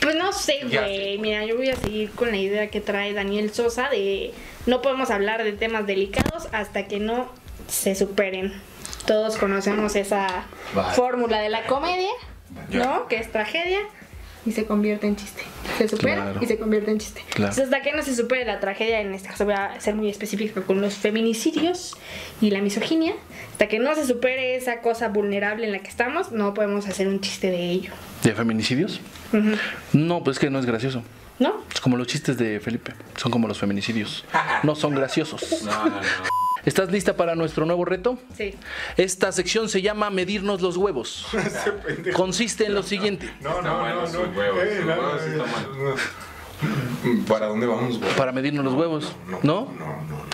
[SPEAKER 7] Pues no sé,
[SPEAKER 2] Ya
[SPEAKER 7] güey. Mira, yo voy a seguir con la idea que trae Daniel Sosa de no podemos hablar de temas delicados hasta que no se superen. Todos conocemos esa
[SPEAKER 5] Vale.
[SPEAKER 7] fórmula de la comedia,
[SPEAKER 1] Ya.
[SPEAKER 7] ¿no? Que es tragedia y se convierte en chiste. Se supera
[SPEAKER 4] Claro.
[SPEAKER 7] y se convierte en chiste.
[SPEAKER 4] Claro.
[SPEAKER 7] Entonces, hasta que no se supere la tragedia, en este caso voy a ser muy específica con los feminicidios y la misoginia, hasta que no se supere esa cosa vulnerable en la que estamos, no podemos hacer un chiste de ello.
[SPEAKER 4] ¿De feminicidios?
[SPEAKER 7] Ujú.
[SPEAKER 4] No, pues es que no es gracioso.
[SPEAKER 7] ¿No?
[SPEAKER 4] Es como los chistes de Felipe. Son como los feminicidios. No son graciosos.
[SPEAKER 1] No, no, no.
[SPEAKER 4] ¿Estás lista para nuestro nuevo reto?
[SPEAKER 7] Sí.
[SPEAKER 4] Esta sección se llama Medirnos los huevos.
[SPEAKER 2] Ese pendejo.
[SPEAKER 4] Consiste en lo siguiente.
[SPEAKER 2] No,
[SPEAKER 1] Está
[SPEAKER 2] no,
[SPEAKER 1] bueno,
[SPEAKER 2] no,
[SPEAKER 1] sus
[SPEAKER 2] no.
[SPEAKER 1] huevos,
[SPEAKER 2] Eh,
[SPEAKER 1] sus
[SPEAKER 2] no,
[SPEAKER 1] huevos sí
[SPEAKER 2] no,
[SPEAKER 1] están
[SPEAKER 2] no. ¿Para dónde vamos, güey?
[SPEAKER 4] Para medirnos los huevos. ¿No?
[SPEAKER 2] No, no, no.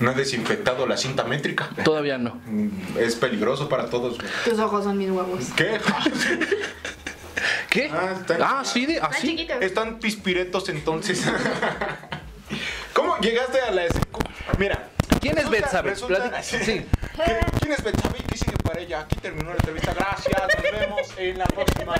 [SPEAKER 2] No he desinfectado la cinta métrica.
[SPEAKER 4] Todavía no.
[SPEAKER 2] Mm, Es peligroso para todos. güey.
[SPEAKER 7] Tus ojos son mis huevos.
[SPEAKER 2] ¿Qué?
[SPEAKER 4] ¿Qué?
[SPEAKER 2] Ah, está-
[SPEAKER 4] Ah, sí, de,
[SPEAKER 7] Más
[SPEAKER 4] así.
[SPEAKER 7] chiquitos.
[SPEAKER 2] Están pispiretos entonces. ¿Cómo llegaste a la secu? Mira.
[SPEAKER 4] ¿Quién es
[SPEAKER 2] resulta-
[SPEAKER 4] Betsabe?
[SPEAKER 2] resulta-
[SPEAKER 4] Platica- sí.
[SPEAKER 2] ¿Qué- ¿Quién es Betsabe y qué sigue para ella? Aquí terminó la entrevista. Gracias. Nos vemos en la próxima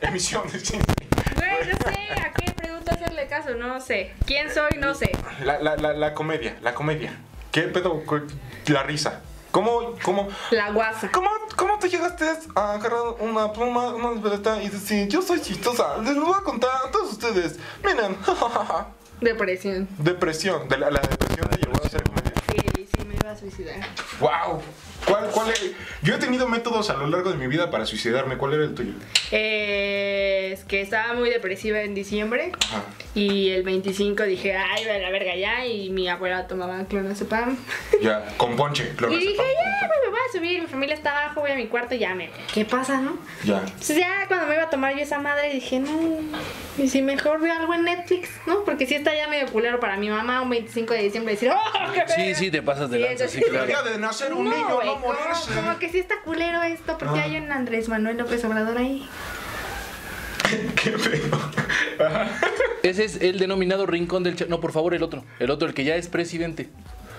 [SPEAKER 2] emisión.
[SPEAKER 7] Güey, no sé a qué pregunta hacerle caso, no sé. ¿Quién soy? No sé.
[SPEAKER 2] La, la, la, la comedia, la comedia. ¿Qué pedo? cu- La risa. ¿Cómo, cómo,
[SPEAKER 7] La guasa.
[SPEAKER 2] cómo, cómo te llegaste a agarrar una pluma, una libreta y decir, yo soy chistosa, les lo voy a contar a todos ustedes? Miren,
[SPEAKER 7] Depresión.
[SPEAKER 2] depresión, de la, la depresión te llevó a hacer comedia.
[SPEAKER 7] Sí, sí, me iba a suicidar.
[SPEAKER 2] ¡Wow! ¿Cuál, cuál es? Yo he tenido métodos a lo largo de mi vida para suicidarme. ¿Cuál era el tuyo?
[SPEAKER 7] Eh, es que estaba muy depresiva en diciembre.
[SPEAKER 2] Ajá.
[SPEAKER 7] Y el 25 dije, ay, va a la verga ya. Y mi abuela tomaba clonazepam.
[SPEAKER 2] Ya, con ponche,
[SPEAKER 7] Y
[SPEAKER 2] clonazepam,
[SPEAKER 7] dije, ya,
[SPEAKER 2] con
[SPEAKER 7] pues me voy a subir. Mi familia está abajo, voy a mi cuarto y ya me. ¿Qué pasa, no?
[SPEAKER 2] ponche. Ya.
[SPEAKER 7] Entonces ya cuando me iba a tomar yo esa madre dije, no, y si mejor veo algo en Netflix, ¿no? Porque si está ya medio culero para mi mamá un 25 de diciembre decir, ¡oh, qué
[SPEAKER 4] Sí,
[SPEAKER 7] verga!
[SPEAKER 4] sí, te pasas de
[SPEAKER 7] Sí,
[SPEAKER 4] lanza,
[SPEAKER 7] eso
[SPEAKER 4] sí,
[SPEAKER 7] sí.
[SPEAKER 4] claro.
[SPEAKER 2] Debería de nacer un
[SPEAKER 7] No,
[SPEAKER 2] niño,
[SPEAKER 7] güey,
[SPEAKER 2] no
[SPEAKER 7] como,
[SPEAKER 2] morirse.
[SPEAKER 7] como que sí está culero esto, porque hay un Andrés Manuel López Obrador ahí.
[SPEAKER 2] Qué feo.
[SPEAKER 4] Ese es el denominado rincón del... cha- No, por favor, el otro. El otro, el que ya es presidente.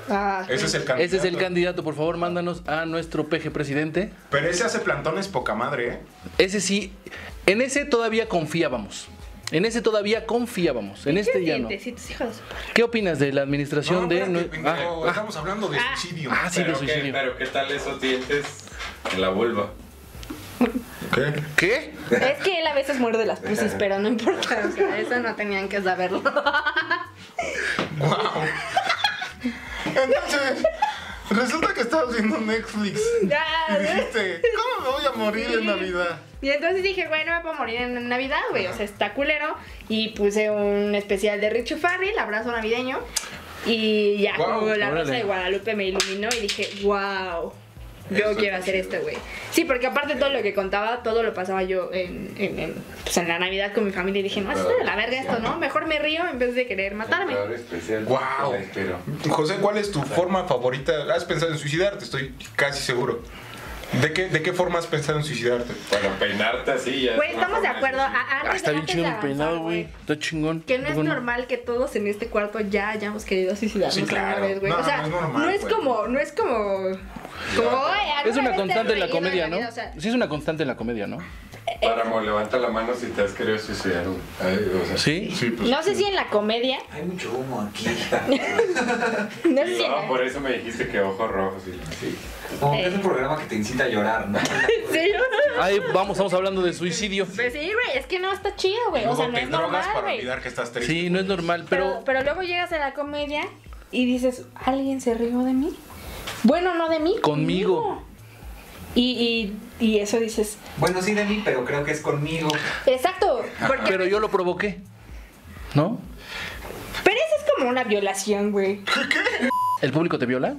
[SPEAKER 7] Ah,
[SPEAKER 2] Ese es el candidato.
[SPEAKER 4] Ese es el candidato. Por favor, mándanos a nuestro PG presidente.
[SPEAKER 2] Pero ese hace plantones poca madre, ¿eh?
[SPEAKER 4] Ese sí, en ese todavía confiábamos. En ese todavía confiábamos. En este ya no.
[SPEAKER 7] Sí, tus hijos de su puta.
[SPEAKER 4] ¿Qué opinas de la administración
[SPEAKER 2] No,
[SPEAKER 4] de.?
[SPEAKER 2] espérate,
[SPEAKER 4] nue-
[SPEAKER 2] pendejo,
[SPEAKER 4] Ah,
[SPEAKER 2] estamos hablando de
[SPEAKER 7] Ah.
[SPEAKER 2] suicidio.
[SPEAKER 4] ah, sí, de
[SPEAKER 1] Pero, ¿qué,
[SPEAKER 4] suicidio.
[SPEAKER 1] pero ¿qué tal esos dientes en la vulva?
[SPEAKER 2] ¿Qué?
[SPEAKER 4] ¿Qué?
[SPEAKER 7] Es que él a veces muerde las pusis, pero no importa. O sea, eso no tenían que saberlo.
[SPEAKER 2] Entonces, resulta que estabas viendo Netflix. Y
[SPEAKER 7] Ya,
[SPEAKER 2] dijiste, ¿cómo me voy a morir en Navidad?
[SPEAKER 7] Y entonces dije, güey, no me puedo morir en Navidad, güey. O sea, está culero. Y puse un especial de Richie Farrell, abrazo navideño. Y ya,
[SPEAKER 2] Guau,
[SPEAKER 7] como la
[SPEAKER 4] órale.
[SPEAKER 7] rosa de Guadalupe me iluminó y dije, wow. Yo
[SPEAKER 1] Eso
[SPEAKER 7] quiero
[SPEAKER 1] está
[SPEAKER 7] hacer
[SPEAKER 1] chido.
[SPEAKER 7] esto, güey. Sí, porque aparte todo lo que contaba, todo lo pasaba yo en, en- en- pues en la Navidad con mi familia. Y dije, no, esto de la verga esto, ¿no? Mejor me río en vez de querer matarme.
[SPEAKER 1] Jugador especial.
[SPEAKER 2] Guau.
[SPEAKER 1] Me inspiró.
[SPEAKER 2] José, ¿cuál es tu forma favorita? ¿Has pensado en suicidarte? Estoy casi seguro. ¿De qué, de qué forma has pensado en suicidarte?
[SPEAKER 1] Bueno, peinarte así ya.
[SPEAKER 7] Güey,
[SPEAKER 1] es una
[SPEAKER 7] estamos de
[SPEAKER 1] forma
[SPEAKER 7] acuerdo.
[SPEAKER 1] suicidio.
[SPEAKER 7] a-
[SPEAKER 4] Ah,
[SPEAKER 7] antes-
[SPEAKER 4] está bien
[SPEAKER 7] antes
[SPEAKER 4] chido
[SPEAKER 7] de
[SPEAKER 4] mi peinado,
[SPEAKER 7] avanzar,
[SPEAKER 4] güey. Está chingón.
[SPEAKER 7] Que no es
[SPEAKER 4] Bueno.
[SPEAKER 7] normal que todos en este cuarto ya hayamos querido suicidarnos
[SPEAKER 2] Sí, claro.
[SPEAKER 7] alguna vez, güey.
[SPEAKER 2] No,
[SPEAKER 7] o
[SPEAKER 2] no
[SPEAKER 7] sea, no
[SPEAKER 2] es
[SPEAKER 7] es,
[SPEAKER 2] normal, güey.
[SPEAKER 7] como, no es como, como este "Oye, alguna
[SPEAKER 4] Es una
[SPEAKER 7] vez te
[SPEAKER 4] constante en la
[SPEAKER 7] reí en
[SPEAKER 4] comedia, ¿no?
[SPEAKER 7] vida", o sea,
[SPEAKER 4] Sí, es una constante en la comedia, ¿no?
[SPEAKER 1] Páramo, levanta la mano si te has querido suicidar. güey. Ay, o sea,
[SPEAKER 4] Sí.
[SPEAKER 7] no sé si en la comedia,
[SPEAKER 5] Hay mucho humo aquí.
[SPEAKER 7] no sé
[SPEAKER 1] digo,
[SPEAKER 7] si en
[SPEAKER 1] ah,
[SPEAKER 7] la...
[SPEAKER 1] por eso me dijiste que ojos rojos. y- sí.
[SPEAKER 5] Como que es un programa que te incita a llorar, ¿no?
[SPEAKER 7] Sí,
[SPEAKER 4] Ahí vamos, estamos hablando de suicidio.
[SPEAKER 7] Pero sí, güey, es que no está chido, güey. O
[SPEAKER 2] Luego
[SPEAKER 7] sea, no
[SPEAKER 2] te
[SPEAKER 7] es
[SPEAKER 2] drogas
[SPEAKER 7] normal,
[SPEAKER 2] para
[SPEAKER 7] güey.
[SPEAKER 2] olvidar que estás triste.
[SPEAKER 4] Sí, no es normal,
[SPEAKER 7] Pero,
[SPEAKER 4] pero
[SPEAKER 7] pero luego llegas a la comedia y dices, ¿alguien se rió de mí? Bueno, no de mí.
[SPEAKER 4] Conmigo.
[SPEAKER 7] Y, y, y eso dices,
[SPEAKER 5] Bueno, sí de mí, pero creo que es conmigo.
[SPEAKER 7] exacto, porque
[SPEAKER 4] pero yo lo provoqué. ¿No?
[SPEAKER 7] Pero eso es como una violación, güey.
[SPEAKER 4] ¿El público te viola?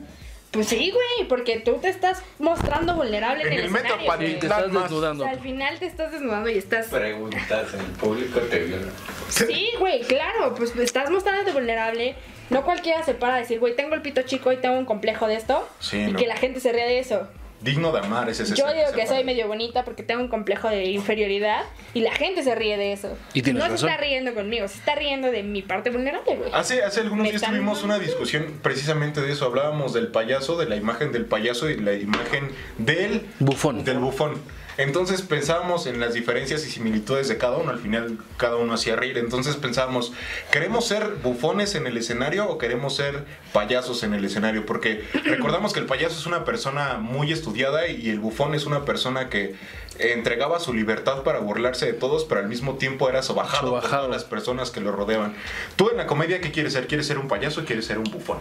[SPEAKER 7] Pues sí, güey, porque tú te estás mostrando vulnerable
[SPEAKER 2] En
[SPEAKER 7] en,
[SPEAKER 2] el
[SPEAKER 7] escenario,
[SPEAKER 2] Metropolitan.
[SPEAKER 4] Sí,
[SPEAKER 7] güey.
[SPEAKER 4] te
[SPEAKER 2] Nada
[SPEAKER 4] estás
[SPEAKER 2] más.
[SPEAKER 7] O
[SPEAKER 4] desnudando.
[SPEAKER 7] sea, al final te estás desnudando y estás...
[SPEAKER 1] Preguntas, el público te viola.
[SPEAKER 7] Sí, güey, claro, pues estás mostrándote vulnerable. No cualquiera se para a decir, güey, tengo el pito chico y tengo un complejo de esto.
[SPEAKER 2] Sí,
[SPEAKER 7] y
[SPEAKER 2] no.
[SPEAKER 7] que la gente se ría de eso.
[SPEAKER 2] Digno de amar es ese
[SPEAKER 7] Yo
[SPEAKER 2] ser
[SPEAKER 7] digo que
[SPEAKER 2] se
[SPEAKER 7] soy
[SPEAKER 2] para.
[SPEAKER 7] medio bonita porque tengo un complejo de inferioridad y la gente se ríe de eso.
[SPEAKER 4] Y tienes
[SPEAKER 7] no
[SPEAKER 4] razón.
[SPEAKER 7] se está riendo conmigo, se está riendo de mi parte vulnerable, güey.
[SPEAKER 2] Hace, hace algunos
[SPEAKER 7] Me
[SPEAKER 2] días
[SPEAKER 7] están
[SPEAKER 2] tuvimos una
[SPEAKER 7] mamando.
[SPEAKER 2] discusión precisamente de eso. Hablábamos del payaso, de la imagen del payaso y la imagen del
[SPEAKER 4] Bufón.
[SPEAKER 2] Del bufón. Entonces pensábamos en las diferencias y similitudes de cada uno. Al final cada uno hacía reír. Entonces pensábamos, ¿queremos ser bufones en el escenario o queremos ser payasos en el escenario? Porque recordamos que el payaso es una persona muy estudiada y el bufón es una persona que entregaba su libertad para burlarse de todos, pero al mismo tiempo era sobajado, por
[SPEAKER 4] Sobajado.
[SPEAKER 2] todas las personas que lo rodeaban. Tú en la comedia, ¿qué quieres ser? ¿Quieres ser un payaso o quieres ser un bufón?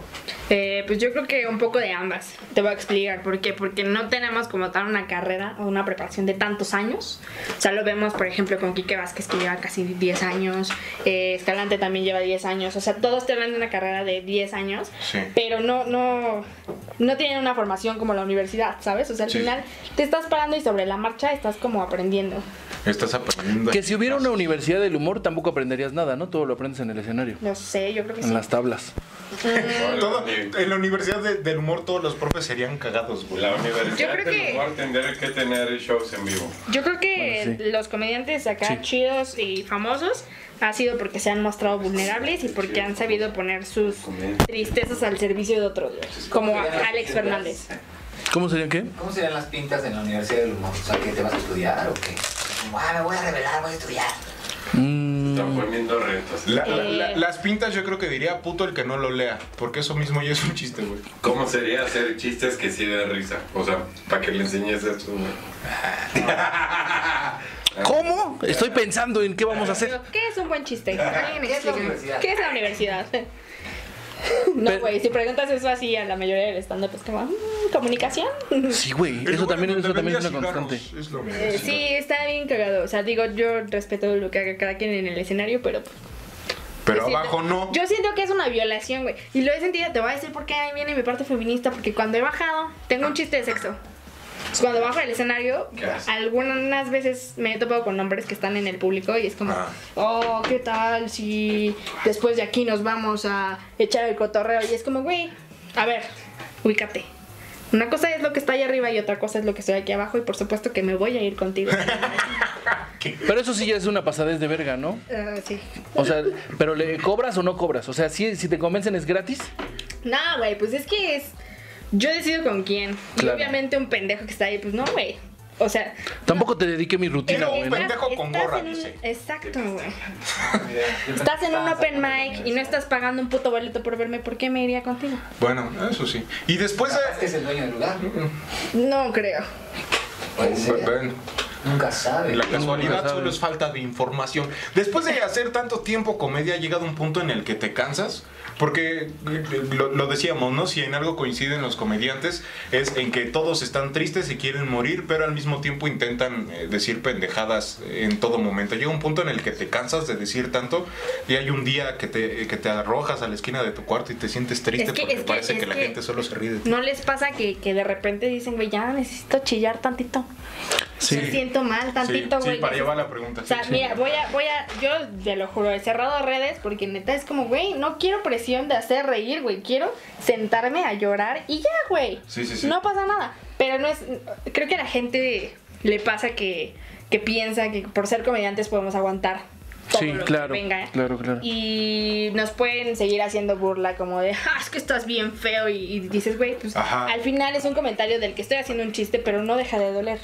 [SPEAKER 7] Eh, pues yo creo que un poco de ambas. Te voy a explicar por qué. Porque no tenemos como tal una carrera o una preparación de tantos años. O sea, lo vemos, por ejemplo, con Quique Vázquez, que lleva casi 10 años. Eh, Escalante también lleva 10 años. O sea, todos te hablan de una carrera de 10 años.
[SPEAKER 2] Sí.
[SPEAKER 7] Pero no, no, no tienen una formación como la universidad, ¿sabes? O sea, al
[SPEAKER 2] Sí.
[SPEAKER 7] final te estás parando y sobre la marcha estás como aprendiendo.
[SPEAKER 2] Estás aprendiendo.
[SPEAKER 4] Que si hubiera una universidad del humor tampoco aprenderías nada, ¿no? Todo lo aprendes en el escenario,
[SPEAKER 7] No sé, yo creo que sí.
[SPEAKER 4] en las tablas.
[SPEAKER 2] Todo- eh.
[SPEAKER 1] Ni-
[SPEAKER 2] en la universidad de- del humor todos los profes serían cagados, güey.
[SPEAKER 1] La universidad
[SPEAKER 7] Yo creo
[SPEAKER 1] del
[SPEAKER 7] que-
[SPEAKER 1] humor tendría que tener shows en vivo.
[SPEAKER 7] Yo creo que
[SPEAKER 4] Bueno, sí.
[SPEAKER 7] los comediantes acá
[SPEAKER 4] Sí.
[SPEAKER 7] chidos y famosos ha sido porque se han mostrado vulnerables y porque han sabido poner sus tristezas al servicio de otros, güey. como a- Alex Fernández.
[SPEAKER 4] ¿Cómo serían qué?
[SPEAKER 5] ¿Cómo serían las pintas en la Universidad del Humor? O sea, ¿qué te vas a estudiar o qué? Como, ah, me voy a revelar, voy a estudiar.
[SPEAKER 4] Mm,
[SPEAKER 1] Están poniendo retos.
[SPEAKER 2] La- la- la-
[SPEAKER 7] Eh.
[SPEAKER 2] las pintas yo creo que diría puto el que no lo lea, porque eso mismo ya es un chiste, güey.
[SPEAKER 1] ¿Cómo sería hacer chistes que sí den risa? O sea, para que le enseñes esto. güey.
[SPEAKER 4] ¿Cómo? Estoy pensando en qué vamos a hacer.
[SPEAKER 7] ¿Qué es un buen chiste? Alguien
[SPEAKER 5] ¿Qué es la
[SPEAKER 7] explíqueme.
[SPEAKER 5] universidad?
[SPEAKER 7] ¿Qué es la universidad? No,
[SPEAKER 4] Pero-
[SPEAKER 7] güey, si preguntas eso así a la mayoría del stand-up es como, "Mm, ¿comunicación?
[SPEAKER 4] Sí, güey, eso también, eso también es una constante.
[SPEAKER 2] Es lo mismo.
[SPEAKER 7] Eh, sí, está bien cagado. O sea, digo, yo respeto lo que haga cada quien en el escenario, pero pues,
[SPEAKER 2] Pero
[SPEAKER 7] Yo siento-
[SPEAKER 2] abajo no.
[SPEAKER 7] Yo siento que es una violación, güey. Y lo he sentido, te voy a decir por qué ahí viene mi parte feminista, porque cuando he bajado, tengo un chiste de sexo. Entonces, Cuando bajo del escenario,
[SPEAKER 1] ¿Qué haces?
[SPEAKER 7] algunas veces me he topado con hombres que están en el público y es como,
[SPEAKER 2] Ah.
[SPEAKER 7] oh, ¿qué tal si después de aquí nos vamos a echar el cotorreo? Y es como, güey, a ver, ubícate. Una cosa es lo que está ahí arriba y otra cosa es lo que estoy aquí abajo y por supuesto que me voy a ir contigo.
[SPEAKER 4] Pero eso sí ya es una pasadez de verga, ¿no?
[SPEAKER 7] Ah, sí.
[SPEAKER 4] O sea, pero le cobras o no cobras. O sea, si, si te convencen es gratis.
[SPEAKER 7] No, güey, pues es que es. Yo decido con quién.
[SPEAKER 4] Claro.
[SPEAKER 7] Y obviamente un pendejo que está ahí, pues no, güey. O sea.
[SPEAKER 4] Tampoco te dediqué mi rutina,
[SPEAKER 2] Pero-
[SPEAKER 4] güey. ¿no?
[SPEAKER 2] pero- pendejo con
[SPEAKER 7] estás
[SPEAKER 2] gorra,
[SPEAKER 7] en un-
[SPEAKER 2] dice.
[SPEAKER 7] Exacto, güey. Estás en un open mic y no estás pagando un puto boleto por verme. ¿Por qué me iría contigo?
[SPEAKER 2] Bueno, eso sí. Y después...
[SPEAKER 5] Capaz que es el dueño del lugar.
[SPEAKER 7] No creo.
[SPEAKER 5] Pues Puede ser.
[SPEAKER 2] Ven.
[SPEAKER 5] Nunca sabe.
[SPEAKER 2] La
[SPEAKER 4] Nunca
[SPEAKER 2] casualidad
[SPEAKER 4] sabe.
[SPEAKER 2] solo es falta de información. Después de hacer tanto tiempo comedia, ha llegado un punto en el que te cansas. Porque eh, lo, lo decíamos, ¿no? Si en algo coinciden los comediantes, es en que todos están tristes y quieren morir, pero al mismo tiempo intentan eh, decir pendejadas eh, en todo momento. Llega un punto en el que te cansas de decir tanto y hay un día que te, eh, que te arrojas a la esquina de tu cuarto y te sientes triste
[SPEAKER 7] Es que-
[SPEAKER 2] porque
[SPEAKER 7] es que-
[SPEAKER 2] parece que,
[SPEAKER 7] es
[SPEAKER 2] la
[SPEAKER 7] que-
[SPEAKER 2] gente solo se ríe de ti.
[SPEAKER 7] ¿No les pasa que, que de repente dicen, güey, ya necesito chillar tantito?
[SPEAKER 4] Sí.
[SPEAKER 7] Me siento mal
[SPEAKER 2] Sí,
[SPEAKER 7] tantito,
[SPEAKER 2] sí,
[SPEAKER 7] güey.
[SPEAKER 2] para llevar la pregunta.
[SPEAKER 7] O sea,
[SPEAKER 2] sí.
[SPEAKER 7] mira, voy a, voy a, yo te lo juro, he cerrado redes porque neta es como, güey, no quiero presión de hacer reír, güey, quiero sentarme a llorar y ya, güey.
[SPEAKER 2] Sí, sí, sí.
[SPEAKER 7] No pasa nada. Pero no es, creo que a la gente le pasa que, que piensa que por ser comediantes podemos aguantar. Todo
[SPEAKER 4] Sí,
[SPEAKER 7] lo que
[SPEAKER 4] claro,
[SPEAKER 7] venga.
[SPEAKER 4] claro, claro.
[SPEAKER 7] Y nos pueden seguir haciendo burla como de, ah, es que estás bien feo y, y dices, güey, pues
[SPEAKER 2] Ajá.
[SPEAKER 7] al final es un comentario del que estoy haciendo un chiste, pero no deja de doler.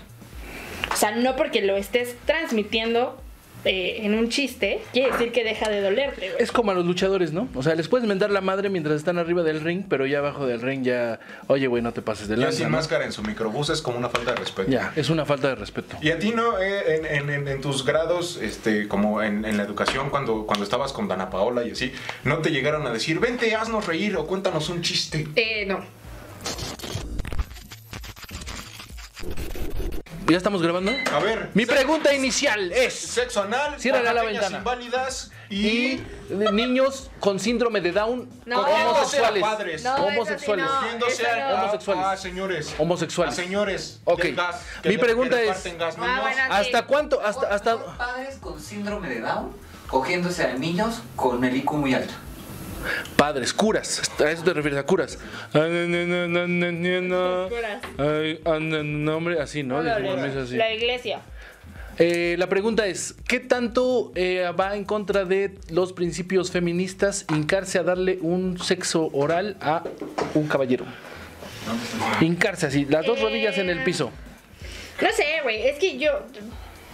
[SPEAKER 7] O sea, no porque lo estés transmitiendo eh, en un chiste, quiere decir que deja de dolerte, güey.
[SPEAKER 4] Es como a los luchadores, ¿no? O sea, les puedes mentar la madre mientras están arriba del ring, pero ya abajo del ring ya, oye, güey, no te pases de
[SPEAKER 2] Ya
[SPEAKER 4] lanza.
[SPEAKER 2] sin
[SPEAKER 4] ¿no?
[SPEAKER 2] máscara en su microbús es como una falta de respeto.
[SPEAKER 4] Ya, es una falta de respeto.
[SPEAKER 2] Y a ti, ¿no? Eh, en, en- en- en tus grados, este, como en, en la educación, cuando, cuando estabas con Dana Paola y así, ¿no te llegaron a decir, vente, haznos reír o cuéntanos un chiste?
[SPEAKER 7] Eh, no.
[SPEAKER 4] ¿Ya estamos grabando?
[SPEAKER 2] A ver,
[SPEAKER 4] Mi pregunta inicial es:
[SPEAKER 2] sexo anal,
[SPEAKER 4] Ciérrale la
[SPEAKER 2] oaxaqueñas
[SPEAKER 4] ventana.
[SPEAKER 2] inválidas y...
[SPEAKER 4] ¿Y de niños con síndrome de Down
[SPEAKER 7] No,
[SPEAKER 4] homosexuales?
[SPEAKER 2] no, padres.
[SPEAKER 7] No,
[SPEAKER 4] homosexuales.
[SPEAKER 7] eso sí, no.
[SPEAKER 2] Yéndose
[SPEAKER 7] eso
[SPEAKER 2] a,
[SPEAKER 7] no.
[SPEAKER 4] Homosexuales.
[SPEAKER 2] a señores.
[SPEAKER 4] Homosexuales.
[SPEAKER 2] A señores.
[SPEAKER 4] Ok.
[SPEAKER 2] del gas, que
[SPEAKER 4] Mi
[SPEAKER 2] de-
[SPEAKER 4] pregunta
[SPEAKER 2] que
[SPEAKER 4] es-
[SPEAKER 2] reparten gas,
[SPEAKER 7] Ah,
[SPEAKER 2] niños.
[SPEAKER 7] bueno.
[SPEAKER 4] ¿Hasta cuánto? Hasta,
[SPEAKER 5] Son
[SPEAKER 4] hasta,
[SPEAKER 5] Padres con síndrome de Down cogiéndose a niños con el IQ muy alto.
[SPEAKER 4] Padres, curas. A eso te refieres, a curas.
[SPEAKER 7] Curas.
[SPEAKER 4] Ay, anda, nombre así, ¿no?
[SPEAKER 7] No,
[SPEAKER 4] Dijimos,
[SPEAKER 7] no,
[SPEAKER 4] es así.
[SPEAKER 7] La iglesia.
[SPEAKER 4] Eh, la pregunta es, ¿qué tanto eh, va en contra de los principios feministas hincarse a darle un sexo oral a un caballero? Hincarse así, las dos
[SPEAKER 7] Eh.
[SPEAKER 4] rodillas en el piso.
[SPEAKER 7] No sé, güey, es que yo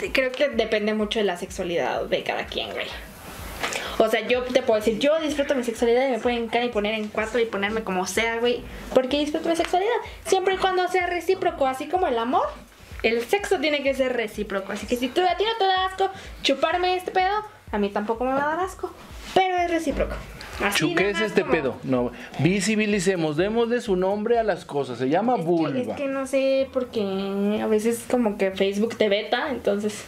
[SPEAKER 7] te- creo que depende mucho de la sexualidad de cada quien, güey. O sea, yo te puedo decir, yo disfruto mi sexualidad y me pueden hincar y poner en cuatro y ponerme como sea, güey. Porque disfruto mi sexualidad. Siempre y cuando sea recíproco, así como el amor. El sexo tiene que ser recíproco. Así que si tú a ti no te da asco chuparme este pedo, a mí tampoco me va a dar asco. Pero es recíproco. Así
[SPEAKER 4] Chuqués
[SPEAKER 7] nada más
[SPEAKER 4] este
[SPEAKER 7] como-
[SPEAKER 4] pedo. No, visibilicemos, démosle su nombre a las cosas. Se llama
[SPEAKER 7] Es que-
[SPEAKER 4] vulva.
[SPEAKER 7] es que no sé, porque a veces como que Facebook te veta, entonces...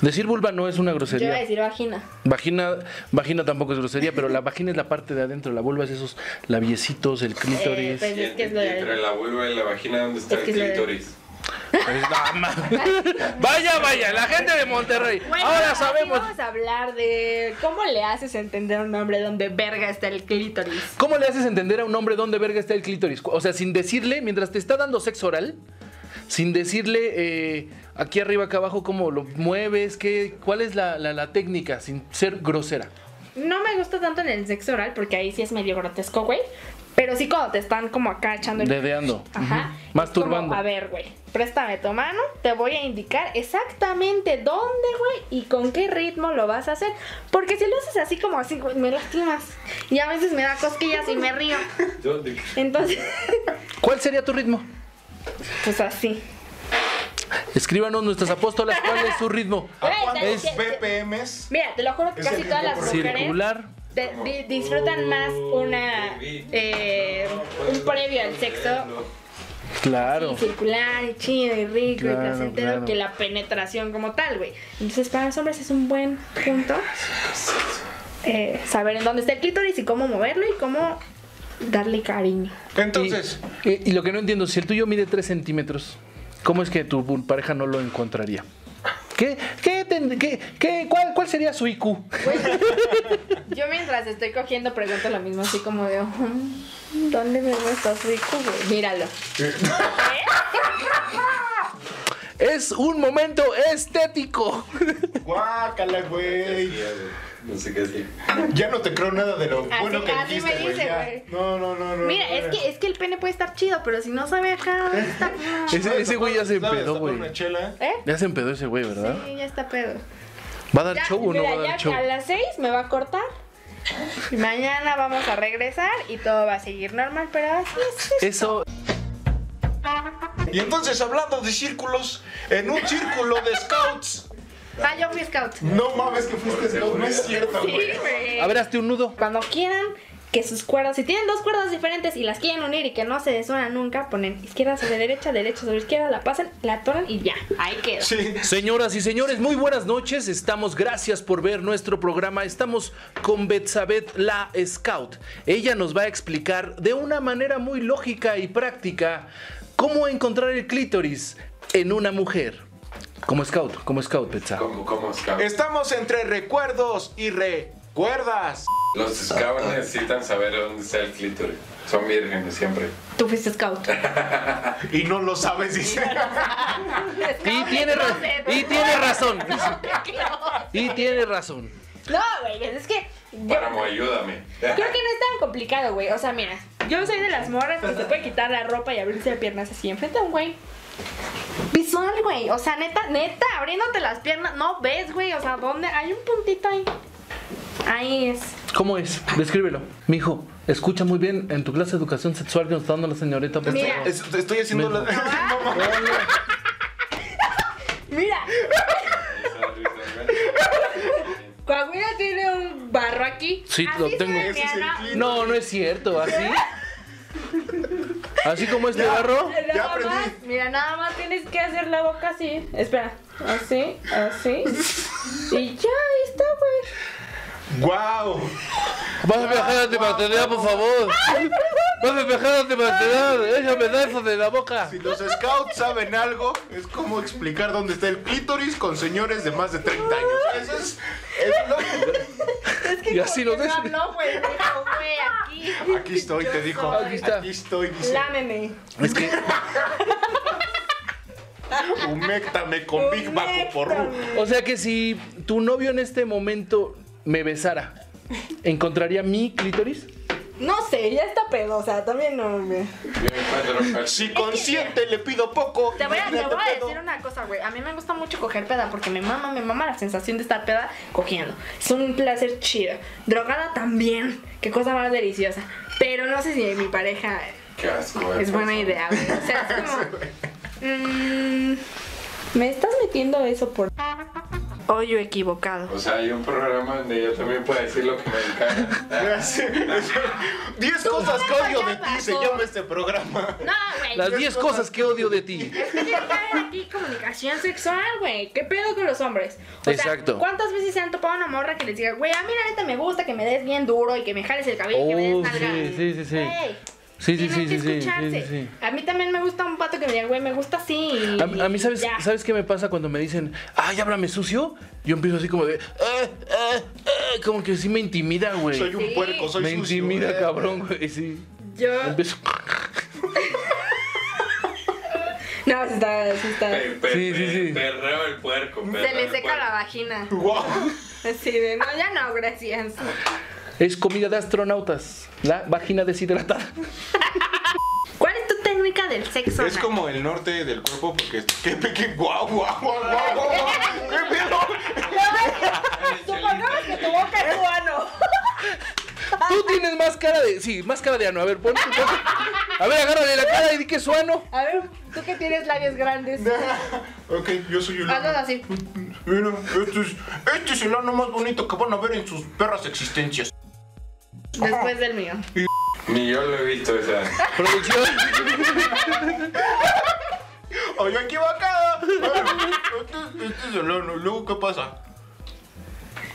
[SPEAKER 4] Decir vulva no es una
[SPEAKER 7] Yo iba a
[SPEAKER 4] grosería.
[SPEAKER 7] decir vagina.
[SPEAKER 4] Vagina, vagina tampoco es grosería, pero la vagina es la parte de adentro, la vulva es esos labiecitos, el
[SPEAKER 7] Eh,
[SPEAKER 4] clítoris.
[SPEAKER 7] pues es que es lo
[SPEAKER 1] Y entre
[SPEAKER 7] de...
[SPEAKER 1] la vulva y la vagina, ¿dónde está
[SPEAKER 7] Es que es
[SPEAKER 1] el
[SPEAKER 7] lo de-
[SPEAKER 1] clítoris?
[SPEAKER 4] Pues, no, ma- vaya, vaya, la gente de Monterrey.
[SPEAKER 7] Bueno,
[SPEAKER 4] Ahora
[SPEAKER 7] aquí
[SPEAKER 4] sabemos
[SPEAKER 7] Vamos a hablar de cómo le haces entender a un hombre donde verga está el clítoris.
[SPEAKER 4] ¿Cómo le haces entender a un hombre dónde verga está el clítoris? O sea, sin decirle, mientras te está dando sexo oral, sin decirle eh, aquí arriba, acá abajo, cómo lo mueves, qué, cuál es la, la- la técnica, sin ser grosera.
[SPEAKER 7] No me gusta tanto en el sexo oral porque ahí sí es medio grotesco, güey. Pero sí cuando te están como acá echando el...
[SPEAKER 4] Dedeando.
[SPEAKER 7] Ajá.
[SPEAKER 4] Ujú.
[SPEAKER 7] Es
[SPEAKER 4] Masturbando.
[SPEAKER 7] como, a ver, güey, préstame tu mano, te voy a indicar exactamente dónde, güey, y con qué ritmo lo vas a hacer. Porque si lo haces así como así, güey, me lastimas. Y a veces me da cosquillas y me río.
[SPEAKER 1] ¿Dónde?
[SPEAKER 7] Entonces,
[SPEAKER 4] ¿Cuál sería tu ritmo?
[SPEAKER 7] pues así.
[SPEAKER 4] Escríbanos nuestras apóstolas, ¿cuál es su ritmo?
[SPEAKER 2] ¿A
[SPEAKER 7] Güey,
[SPEAKER 2] cuántos
[SPEAKER 7] te- te-
[SPEAKER 2] BPMs?
[SPEAKER 7] Mira, te lo juro que
[SPEAKER 2] Es el
[SPEAKER 7] casi todas las
[SPEAKER 2] ritmo
[SPEAKER 7] mujeres
[SPEAKER 4] Circular.
[SPEAKER 7] te- di- disfrutan más una eh, un previo al sexo
[SPEAKER 4] Claro.
[SPEAKER 7] y circular y chido y rico y
[SPEAKER 4] Claro,
[SPEAKER 7] placentero
[SPEAKER 4] claro.
[SPEAKER 7] que la penetración como tal, güey. Entonces para los hombres es un buen punto eh, saber en dónde está el clítoris y cómo moverlo y cómo darle cariño.
[SPEAKER 2] Entonces,
[SPEAKER 4] Y, y lo que no entiendo, si el tuyo mide 3 centímetros, ¿cómo es que tu bu- pareja no lo encontraría? ¿Qué, qué, ten- qué- qué- cuál, ¿Cuál sería su IQ?
[SPEAKER 7] Yo mientras estoy cogiendo pregunto lo mismo así como de "Ujú, ¿dónde me estás rico, güey? Míralo.
[SPEAKER 4] Es un momento estético.
[SPEAKER 2] guácala, güey.
[SPEAKER 1] No sé qué decir.
[SPEAKER 2] Ya no te creo nada de lo
[SPEAKER 7] Así-
[SPEAKER 2] bueno que
[SPEAKER 7] así me
[SPEAKER 2] dijiste, güey.
[SPEAKER 7] dice,
[SPEAKER 2] ya.
[SPEAKER 7] güey.
[SPEAKER 2] No, no, no, no.
[SPEAKER 7] Mira,
[SPEAKER 2] no,
[SPEAKER 7] es
[SPEAKER 2] no.
[SPEAKER 7] que, es que el pene puede estar chido, pero si no sabe acá, está
[SPEAKER 4] Ese, ese güey ya se
[SPEAKER 2] ¿Sabes?
[SPEAKER 4] empedó,
[SPEAKER 2] Tapar
[SPEAKER 4] güey.
[SPEAKER 2] una chela.
[SPEAKER 7] ¿Eh?
[SPEAKER 4] Ya se empedó ese güey, ¿verdad?
[SPEAKER 7] Sí, ya está pedo.
[SPEAKER 4] ¿Va a dar
[SPEAKER 7] Ya,
[SPEAKER 4] show o no
[SPEAKER 7] mira,
[SPEAKER 4] va a
[SPEAKER 7] ya
[SPEAKER 4] dar show?
[SPEAKER 7] a las 6 me va a cortar. Y mañana vamos a regresar y todo va a seguir normal, pero así es.
[SPEAKER 4] Eso
[SPEAKER 2] Y entonces, hablando de círculos, en un círculo de scouts.
[SPEAKER 7] Ah, yo fui scout.
[SPEAKER 2] No mames que fuiste scout, no es cierto,
[SPEAKER 7] Sí,
[SPEAKER 2] güey.
[SPEAKER 7] güey.
[SPEAKER 4] A ver, hazte un nudo.
[SPEAKER 7] Cuando quieran que sus cuerdas, si tienen dos cuerdas diferentes y las quieren unir y que no se desunan nunca, ponen izquierda sobre derecha, derecha sobre izquierda, la pasan, la atoran y ya. Ahí queda.
[SPEAKER 2] Sí.
[SPEAKER 4] Señoras y señores, muy buenas noches. Estamos, gracias por ver nuestro programa. Estamos con Betsabet la Scout. Ella nos va a explicar de una manera muy lógica y práctica cómo encontrar el clítoris en una mujer. Como scout, como scout, Betsa.
[SPEAKER 1] Como, como scout.
[SPEAKER 2] Estamos entre recuerdos y recuerdas.
[SPEAKER 1] Los scouts necesitan saber dónde está el clítoris. Son vírgenes siempre.
[SPEAKER 7] Tú fuiste scout.
[SPEAKER 2] Y no lo sabes, dice.
[SPEAKER 4] Y tiene, ra- y tiene razón. Y tiene razón.
[SPEAKER 7] No, güey, es que yo
[SPEAKER 1] Páramo, ayúdame.
[SPEAKER 7] creo que no es tan complicado, güey. O sea, mira, yo soy de las morras que se puede quitar la ropa y abrirse las piernas así enfrente a un güey. Visual, güey. O sea, neta, neta, abriéndote las piernas, no ves, güey. O sea, ¿dónde? Hay un puntito ahí. Ahí es.
[SPEAKER 4] ¿Cómo es? Descríbelo. Mijo, escucha muy bien en tu clase de educación sexual que nos está dando la señorita. pues, por
[SPEAKER 7] Mira.
[SPEAKER 4] favor.
[SPEAKER 2] Es- Estoy haciendo
[SPEAKER 4] Me-
[SPEAKER 2] la.
[SPEAKER 7] Mira,
[SPEAKER 1] Esa risa, güey.
[SPEAKER 7] Coahuila tiene un barro aquí.
[SPEAKER 4] Sí,
[SPEAKER 7] Así
[SPEAKER 4] lo
[SPEAKER 7] se
[SPEAKER 4] tengo.
[SPEAKER 7] ve,
[SPEAKER 2] Ese es el
[SPEAKER 7] mira,
[SPEAKER 2] clip.
[SPEAKER 4] No, no es cierto, así. Así como este barro.
[SPEAKER 7] Nada
[SPEAKER 2] Ya aprendí.
[SPEAKER 7] más, mira, nada más tienes que hacer la boca así. Espera, así, así. Y ya, ahí está, güey.
[SPEAKER 2] ¡Guau!
[SPEAKER 4] Vas a viajar a Tematedad, por favor. Vas a viajar a Tematedad. Échame eso de la boca.
[SPEAKER 2] Si los scouts saben algo, es como explicar dónde está el clítoris con señores de más de 30 años. Eso es, es lo-
[SPEAKER 7] Es que
[SPEAKER 4] Y así
[SPEAKER 7] como
[SPEAKER 4] lo
[SPEAKER 7] que
[SPEAKER 4] ves.
[SPEAKER 7] No habló, güey. Dijo, güey, aquí.
[SPEAKER 2] Aquí estoy, te dijo.
[SPEAKER 4] Aquí está.
[SPEAKER 2] Aquí estoy, dice.
[SPEAKER 7] Lámeme.
[SPEAKER 4] Es que
[SPEAKER 2] Huméctame con Big Baco por
[SPEAKER 4] O sea que si tu novio en este momento me besara, ¿encontraría mi clítoris?
[SPEAKER 7] No sé, ya está pedo, o sea, también no me.
[SPEAKER 1] Yo encuentro-
[SPEAKER 2] Si consiente le pido poco.
[SPEAKER 7] Te voy a, te
[SPEAKER 2] imagínate
[SPEAKER 7] voy a
[SPEAKER 2] pedo.
[SPEAKER 7] decir una cosa, güey. A mí me gusta mucho coger peda porque me mama, me mama la sensación de estar peda cogiendo. Es un placer chido. Drogada también. Qué cosa más deliciosa. Pero no sé si mi pareja
[SPEAKER 1] Qué asco, eh, güey.
[SPEAKER 7] es buena idea, güey. O sea, es como. mm, me estás metiendo eso por. Hoyo equivocado.
[SPEAKER 1] O sea, hay un programa donde yo también puedo decir lo que me encanta.
[SPEAKER 2] Sí, eso. 10 cosas que odio de ti
[SPEAKER 7] Baco.
[SPEAKER 2] se llama este programa.
[SPEAKER 7] No, güey.
[SPEAKER 4] Las 10 cosas que odio de ti.
[SPEAKER 7] Es que tiene que haber aquí comunicación sexual, güey. ¿Qué pedo con los hombres? O
[SPEAKER 4] Exacto.
[SPEAKER 7] Sea, ¿Cuántas veces se han topado una morra que les diga, güey, a mí la neta me gusta que me des bien duro y que me jales el cabello y que me des
[SPEAKER 4] Oh,
[SPEAKER 7] nalga?
[SPEAKER 4] sí, sí, sí, sí.
[SPEAKER 7] Güey,
[SPEAKER 4] Sí, sí,
[SPEAKER 7] tienen
[SPEAKER 4] sí,
[SPEAKER 7] que
[SPEAKER 4] sí, sí, sí,
[SPEAKER 7] escucharse.
[SPEAKER 4] sí, sí.
[SPEAKER 7] A mí también me gusta un pato que me diga, güey, me gusta así. y-
[SPEAKER 4] A, a mí, ¿sabes,
[SPEAKER 7] ya.
[SPEAKER 4] ¿sabes qué me pasa cuando me dicen, ay, háblame sucio? Yo empiezo así como de, "Ah, ah, ah", como que sí me intimida,
[SPEAKER 2] Soy
[SPEAKER 4] güey.
[SPEAKER 2] un
[SPEAKER 7] Sí.
[SPEAKER 2] puerco, soy
[SPEAKER 4] Me
[SPEAKER 2] sucio.
[SPEAKER 4] intimida,
[SPEAKER 2] eh.
[SPEAKER 4] cabrón, güey. Sí.
[SPEAKER 7] Yo.
[SPEAKER 4] Empiezo.
[SPEAKER 7] No, sí está, sí está.
[SPEAKER 1] Pe- pe-
[SPEAKER 4] Sí, sí, sí.
[SPEAKER 1] Perreo el puerco.
[SPEAKER 7] Se
[SPEAKER 1] perreo
[SPEAKER 7] le
[SPEAKER 1] el
[SPEAKER 7] seca
[SPEAKER 1] puerco.
[SPEAKER 7] la vagina.
[SPEAKER 2] Guau.
[SPEAKER 7] Así de, no, ya no, gracias.
[SPEAKER 4] Es comida de astronautas. La vagina deshidratada.
[SPEAKER 7] ¿Cuál es tu técnica del sexo?
[SPEAKER 2] Es
[SPEAKER 7] Ana?
[SPEAKER 2] como el norte del cuerpo porque qué peque guau guau guau guau. guau, guau. Qué pedo.
[SPEAKER 7] Supongamos que tu boca es tu ano.
[SPEAKER 4] Tú tienes más cara de. Sí, más cara de ano. A ver, pon tu cara. A ver, agárrale la cara y di que es su ano.
[SPEAKER 7] A ver, tú que tienes labios grandes.
[SPEAKER 2] Ok, yo soy un
[SPEAKER 7] Hazlo así.
[SPEAKER 2] Mira, este es, este es el ano más bonito que van a ver en sus perras existencias.
[SPEAKER 7] Después del mío.
[SPEAKER 1] Ni yo lo he visto, o sea.
[SPEAKER 4] Producción.
[SPEAKER 2] ¡Ay, equivocado! Este, este es el ano. ¿Luego qué pasa?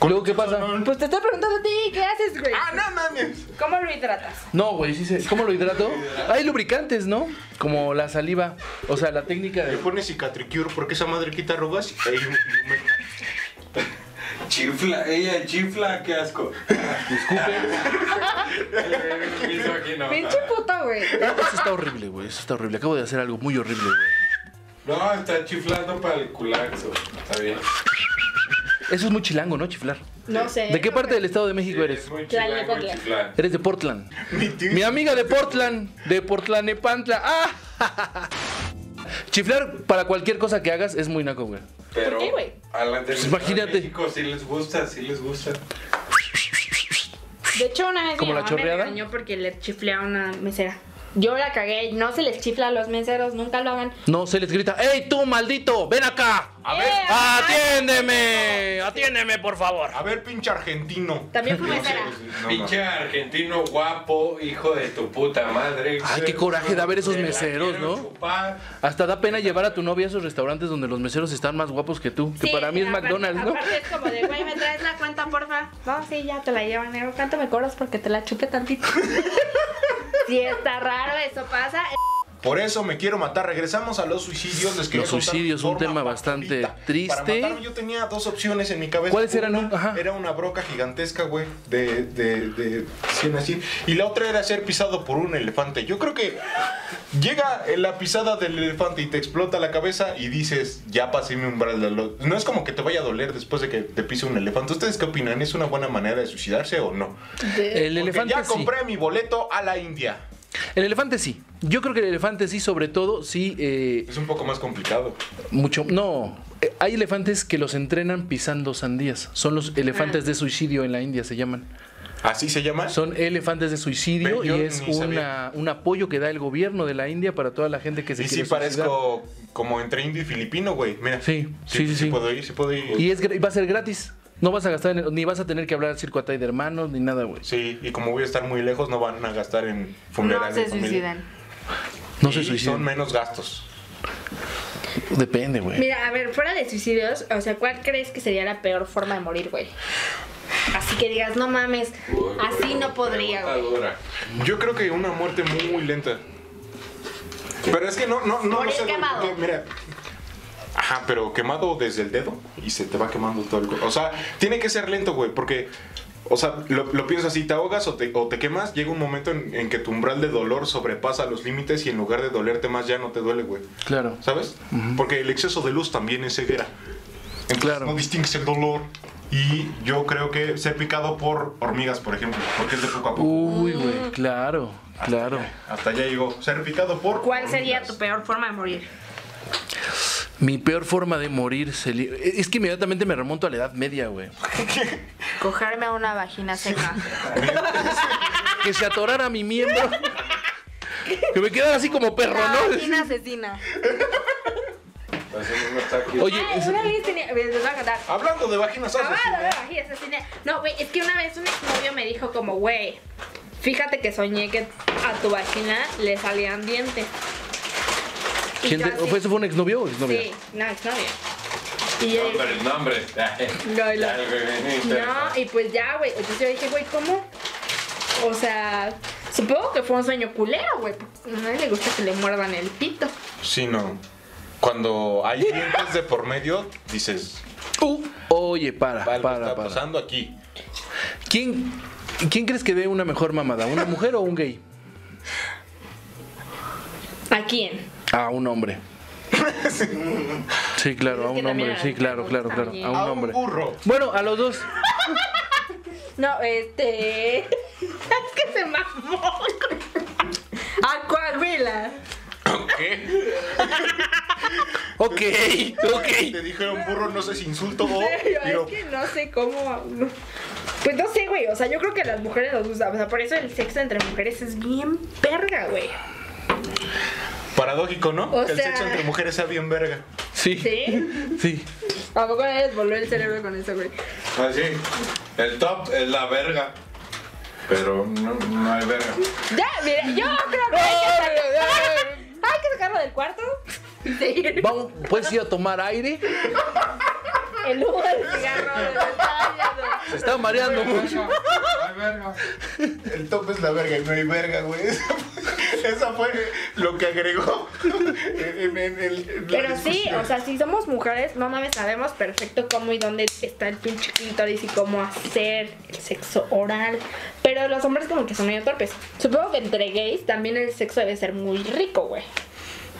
[SPEAKER 4] Luego, ¿qué pasa?
[SPEAKER 7] Pues te estoy preguntando a ti, ¿qué haces, güey?
[SPEAKER 2] ¡Ah, no mames!
[SPEAKER 7] ¿Cómo lo hidratas?
[SPEAKER 4] No, güey, sí se. ¿Cómo lo hidrato? Hay lubricantes, ¿no? Como la saliva. O sea, la técnica
[SPEAKER 2] Le
[SPEAKER 4] de.
[SPEAKER 2] pones cicatricure porque esa madre quita arrugas y ahí
[SPEAKER 1] Chifla, ella chifla, qué asco. Disculpe. Misógino.
[SPEAKER 7] Pinche puto, güey.
[SPEAKER 4] Eso está horrible, güey. Eso está horrible. Acabo de hacer algo muy horrible, güey.
[SPEAKER 1] No, está chiflando para el culazo. Está bien.
[SPEAKER 4] Eso es muy chilango, ¿no? Chiflar.
[SPEAKER 7] No sé.
[SPEAKER 4] ¿De qué parte del Estado de México eres?
[SPEAKER 1] Es muy
[SPEAKER 7] Tlalnepantla.
[SPEAKER 1] chilango chiflar.
[SPEAKER 4] Eres de Portland.
[SPEAKER 2] Mi tío.
[SPEAKER 4] Mi amiga de Portland, de Portlanepantla. ¡Ah! Chiflar para cualquier cosa que hagas es muy naco, güey.
[SPEAKER 1] Pero
[SPEAKER 7] qué, güey?
[SPEAKER 1] a las del
[SPEAKER 4] Pues imagínate.
[SPEAKER 1] Estado de México sí les gusta, sí les gusta.
[SPEAKER 7] De hecho, una vez
[SPEAKER 4] ¿Como
[SPEAKER 7] mi
[SPEAKER 4] la
[SPEAKER 7] mamá me
[SPEAKER 4] chorreada?
[SPEAKER 7] regañó porque le chiflé a una mesera. Yo la cagué, no se les chifla a los meseros, nunca lo hagan.
[SPEAKER 4] No se les grita, ¡Ey tú, maldito! ¡Ven acá!
[SPEAKER 2] A ver.
[SPEAKER 7] ¡Eh!
[SPEAKER 4] ¡Atiéndeme! ¡Atiéndeme, por favor!
[SPEAKER 2] A ver, pinche argentino.
[SPEAKER 7] También fui
[SPEAKER 2] No sé,
[SPEAKER 7] mesera.
[SPEAKER 2] no
[SPEAKER 1] Pinche argentino guapo, hijo de tu puta madre.
[SPEAKER 4] Ay, qué coraje de haber esos
[SPEAKER 1] Te la
[SPEAKER 4] meseros,
[SPEAKER 1] quiero
[SPEAKER 4] ¿no?
[SPEAKER 1] chupar.
[SPEAKER 4] Hasta da pena llevar a tu novia a esos restaurantes donde los meseros están más guapos que tú. Que
[SPEAKER 7] Sí,
[SPEAKER 4] para mí es
[SPEAKER 7] aparte-
[SPEAKER 4] McDonald's, ¿no?
[SPEAKER 7] Aparte es como de, güey, me traes la cuenta, porfa. No, sí, ya te la llevan, negro. ¿Cuánto me cobras porque te la chupe tantito? sí, está raro, eso pasa.
[SPEAKER 2] Por eso me quiero matar. Regresamos a los suicidios. Les quería
[SPEAKER 4] Los
[SPEAKER 2] contar
[SPEAKER 4] suicidios,
[SPEAKER 2] de
[SPEAKER 4] un
[SPEAKER 2] forma
[SPEAKER 4] tema bastante
[SPEAKER 2] rapidita.
[SPEAKER 4] triste.
[SPEAKER 2] Para matarme, yo tenía dos opciones en mi cabeza.
[SPEAKER 4] ¿Cuáles eran?
[SPEAKER 2] Una
[SPEAKER 4] Ajá.
[SPEAKER 2] Era una broca gigantesca, güey, de, de, de 100 así. Y la otra era ser pisado por un elefante. Yo creo que llega la pisada del elefante y te explota la cabeza y dices, ya pasé mi umbral. de lo-". No es como que te vaya a doler después de que te pise un elefante. ¿Ustedes qué opinan? ¿Es una buena manera de suicidarse o no?
[SPEAKER 4] El
[SPEAKER 2] Porque
[SPEAKER 4] elefante
[SPEAKER 2] ya
[SPEAKER 4] sí.
[SPEAKER 2] compré mi boleto a la India.
[SPEAKER 4] El elefante sí. Yo creo que el elefante sí, sobre todo, sí, eh,
[SPEAKER 2] Es un poco más complicado.
[SPEAKER 4] mucho. No. Eh, Hay elefantes que los entrenan pisando sandías. Son los elefantes de suicidio en la India, se llaman.
[SPEAKER 2] ¿Así se llama?
[SPEAKER 4] Son elefantes de suicidio
[SPEAKER 2] Ve, yo
[SPEAKER 4] y es
[SPEAKER 2] ni sabía.
[SPEAKER 4] una, un apoyo que da el gobierno de la India para toda la gente que se
[SPEAKER 2] Y sí
[SPEAKER 4] quiere suicidar.
[SPEAKER 2] parezco como entre indio y filipino, güey. Mira.
[SPEAKER 4] Sí, sí, sí, sí.
[SPEAKER 2] puedo ir, sí puedo ir.
[SPEAKER 4] Y es, gra- y va a ser gratis. No vas a gastar, en- ni vas a tener que hablar al circo Atay de hermanos, ni nada, güey.
[SPEAKER 2] Sí, y como voy a estar muy lejos, no van a gastar en funerales.
[SPEAKER 6] No se
[SPEAKER 2] de familia.
[SPEAKER 6] suicidan.
[SPEAKER 4] No se
[SPEAKER 2] Y Son
[SPEAKER 4] suiciden.
[SPEAKER 2] menos gastos.
[SPEAKER 4] Depende, güey.
[SPEAKER 7] Mira, a ver, fuera de suicidios, o sea, ¿cuál crees que sería la peor forma de morir, güey? Así que digas, no mames,
[SPEAKER 1] Uy,
[SPEAKER 7] así
[SPEAKER 1] güey,
[SPEAKER 7] no podría,
[SPEAKER 1] pregunta
[SPEAKER 7] güey.
[SPEAKER 1] dura.
[SPEAKER 2] Yo creo que una muerte muy, muy lenta. Pero es que no, no, no.
[SPEAKER 7] Morir
[SPEAKER 2] no sé, güey,
[SPEAKER 7] quemado.
[SPEAKER 2] porque, Mira. Ajá, pero quemado desde el dedo y se te va quemando todo el cuerpo. O sea, tiene que ser lento, güey, porque. O sea, lo, lo pienso así, te ahogas o te, o te quemas, llega un momento en, en que tu umbral de dolor sobrepasa los límites y en lugar de dolerte más ya no te duele, güey.
[SPEAKER 4] Claro.
[SPEAKER 2] ¿Sabes? Porque el exceso de luz también es ceguera. Entonces,
[SPEAKER 4] Claro.
[SPEAKER 2] No distingues el dolor. Y yo creo que ser picado por hormigas, por ejemplo, porque es de poco a poco.
[SPEAKER 4] Uy, güey. Claro, claro.
[SPEAKER 2] Hasta allá llegó. Ser picado por.
[SPEAKER 7] ¿Cuál sería
[SPEAKER 2] hormigas.
[SPEAKER 7] tu peor forma de morir?
[SPEAKER 4] Mi peor forma de morir se li- es que inmediatamente me remonto a la edad media, güey.
[SPEAKER 6] Cogerme una vagina seca.
[SPEAKER 4] Que se atorara mi miembro. Que me quedara así como perro,
[SPEAKER 6] Una
[SPEAKER 4] ¿no?
[SPEAKER 6] vagina asesina.
[SPEAKER 1] Hacemos unos tacos.
[SPEAKER 4] Oye,
[SPEAKER 7] Ay,
[SPEAKER 4] es-
[SPEAKER 7] una vez tenía, les voy a contar.
[SPEAKER 2] Hablando de vaginas
[SPEAKER 7] Ah,
[SPEAKER 2] asesinas.
[SPEAKER 7] no, no, así es, así de- No, güey, es que una vez un exnovio me dijo como, güey, fíjate que soñé que a tu vagina le salían dientes. Y
[SPEAKER 4] ¿quién
[SPEAKER 7] yo
[SPEAKER 4] te-
[SPEAKER 7] así,
[SPEAKER 4] ¿fue- ¿eso fue un exnovio o exnovia?
[SPEAKER 7] Sí, no, exnovio. Y yo dije,
[SPEAKER 1] Nombre, nombre.
[SPEAKER 7] No, y lo-
[SPEAKER 1] Algo bien
[SPEAKER 7] no,
[SPEAKER 1] interesante.
[SPEAKER 7] y pues ya, güey. Entonces yo dije, güey, ¿cómo? O sea, supongo que fue un sueño culero, güey. porque A nadie le gusta que le muerdan el pito.
[SPEAKER 2] Sí, no. Cuando hay dientes de por medio, dices,
[SPEAKER 4] Uh, oye, para,
[SPEAKER 2] algo
[SPEAKER 4] Ah, para,
[SPEAKER 2] está
[SPEAKER 4] para.
[SPEAKER 2] pasando aquí.
[SPEAKER 4] ¿Quién, ¿Quién crees que dé una mejor mamada? ¿Una mujer o un gay?
[SPEAKER 7] ¿A quién?
[SPEAKER 4] A un hombre. Sí, claro, a
[SPEAKER 7] Es que
[SPEAKER 4] un
[SPEAKER 7] también
[SPEAKER 4] hombre.
[SPEAKER 7] a
[SPEAKER 4] Sí,
[SPEAKER 7] las
[SPEAKER 4] claro, claro,
[SPEAKER 7] mujeres
[SPEAKER 4] claro.
[SPEAKER 7] también.
[SPEAKER 4] A un
[SPEAKER 2] A
[SPEAKER 4] hombre.
[SPEAKER 2] burro.
[SPEAKER 4] Bueno, a los dos.
[SPEAKER 7] No, este. es que se mamó. A Coahuila.
[SPEAKER 2] ¿Qué?
[SPEAKER 4] Ok, ok.
[SPEAKER 2] Te dijeron burro, no sé si insulto o.
[SPEAKER 7] Pero
[SPEAKER 2] pero-
[SPEAKER 7] es que no sé cómo. no. Pues no sé, güey. O sea, yo creo que las mujeres los usan. O sea, por eso el sexo entre mujeres es bien verga, güey.
[SPEAKER 2] Paradójico, ¿no?
[SPEAKER 7] O
[SPEAKER 2] que el
[SPEAKER 7] sea-
[SPEAKER 2] sexo entre mujeres sea bien verga.
[SPEAKER 4] Sí,
[SPEAKER 7] ¿Sí?
[SPEAKER 4] sí.
[SPEAKER 7] ¿A poco les voló el cerebro con eso, güey?
[SPEAKER 2] Ah,
[SPEAKER 1] Así. El top es la verga. Pero no, no hay verga.
[SPEAKER 7] Ya, mira, yo creo que hay que sacarlo. Hay que sacarlo del cuarto. y seguir
[SPEAKER 4] Vamos, puedes ir a tomar aire.
[SPEAKER 7] el humo del cigarro. de lo que estaba haciendo.
[SPEAKER 4] Se está mareando mucho.
[SPEAKER 2] El top es la verga y no hay verga, güey. Esa fue, esa fue lo que agregó. en- en- en- en la
[SPEAKER 7] Pero sí,
[SPEAKER 2] discusión.
[SPEAKER 7] o sea, si somos mujeres, no mames, sabemos perfecto cómo y dónde está el pinche clítoris y cómo hacer el sexo oral. Pero los hombres como que son medio torpes. Supongo que entre gays también el sexo debe ser muy rico, güey.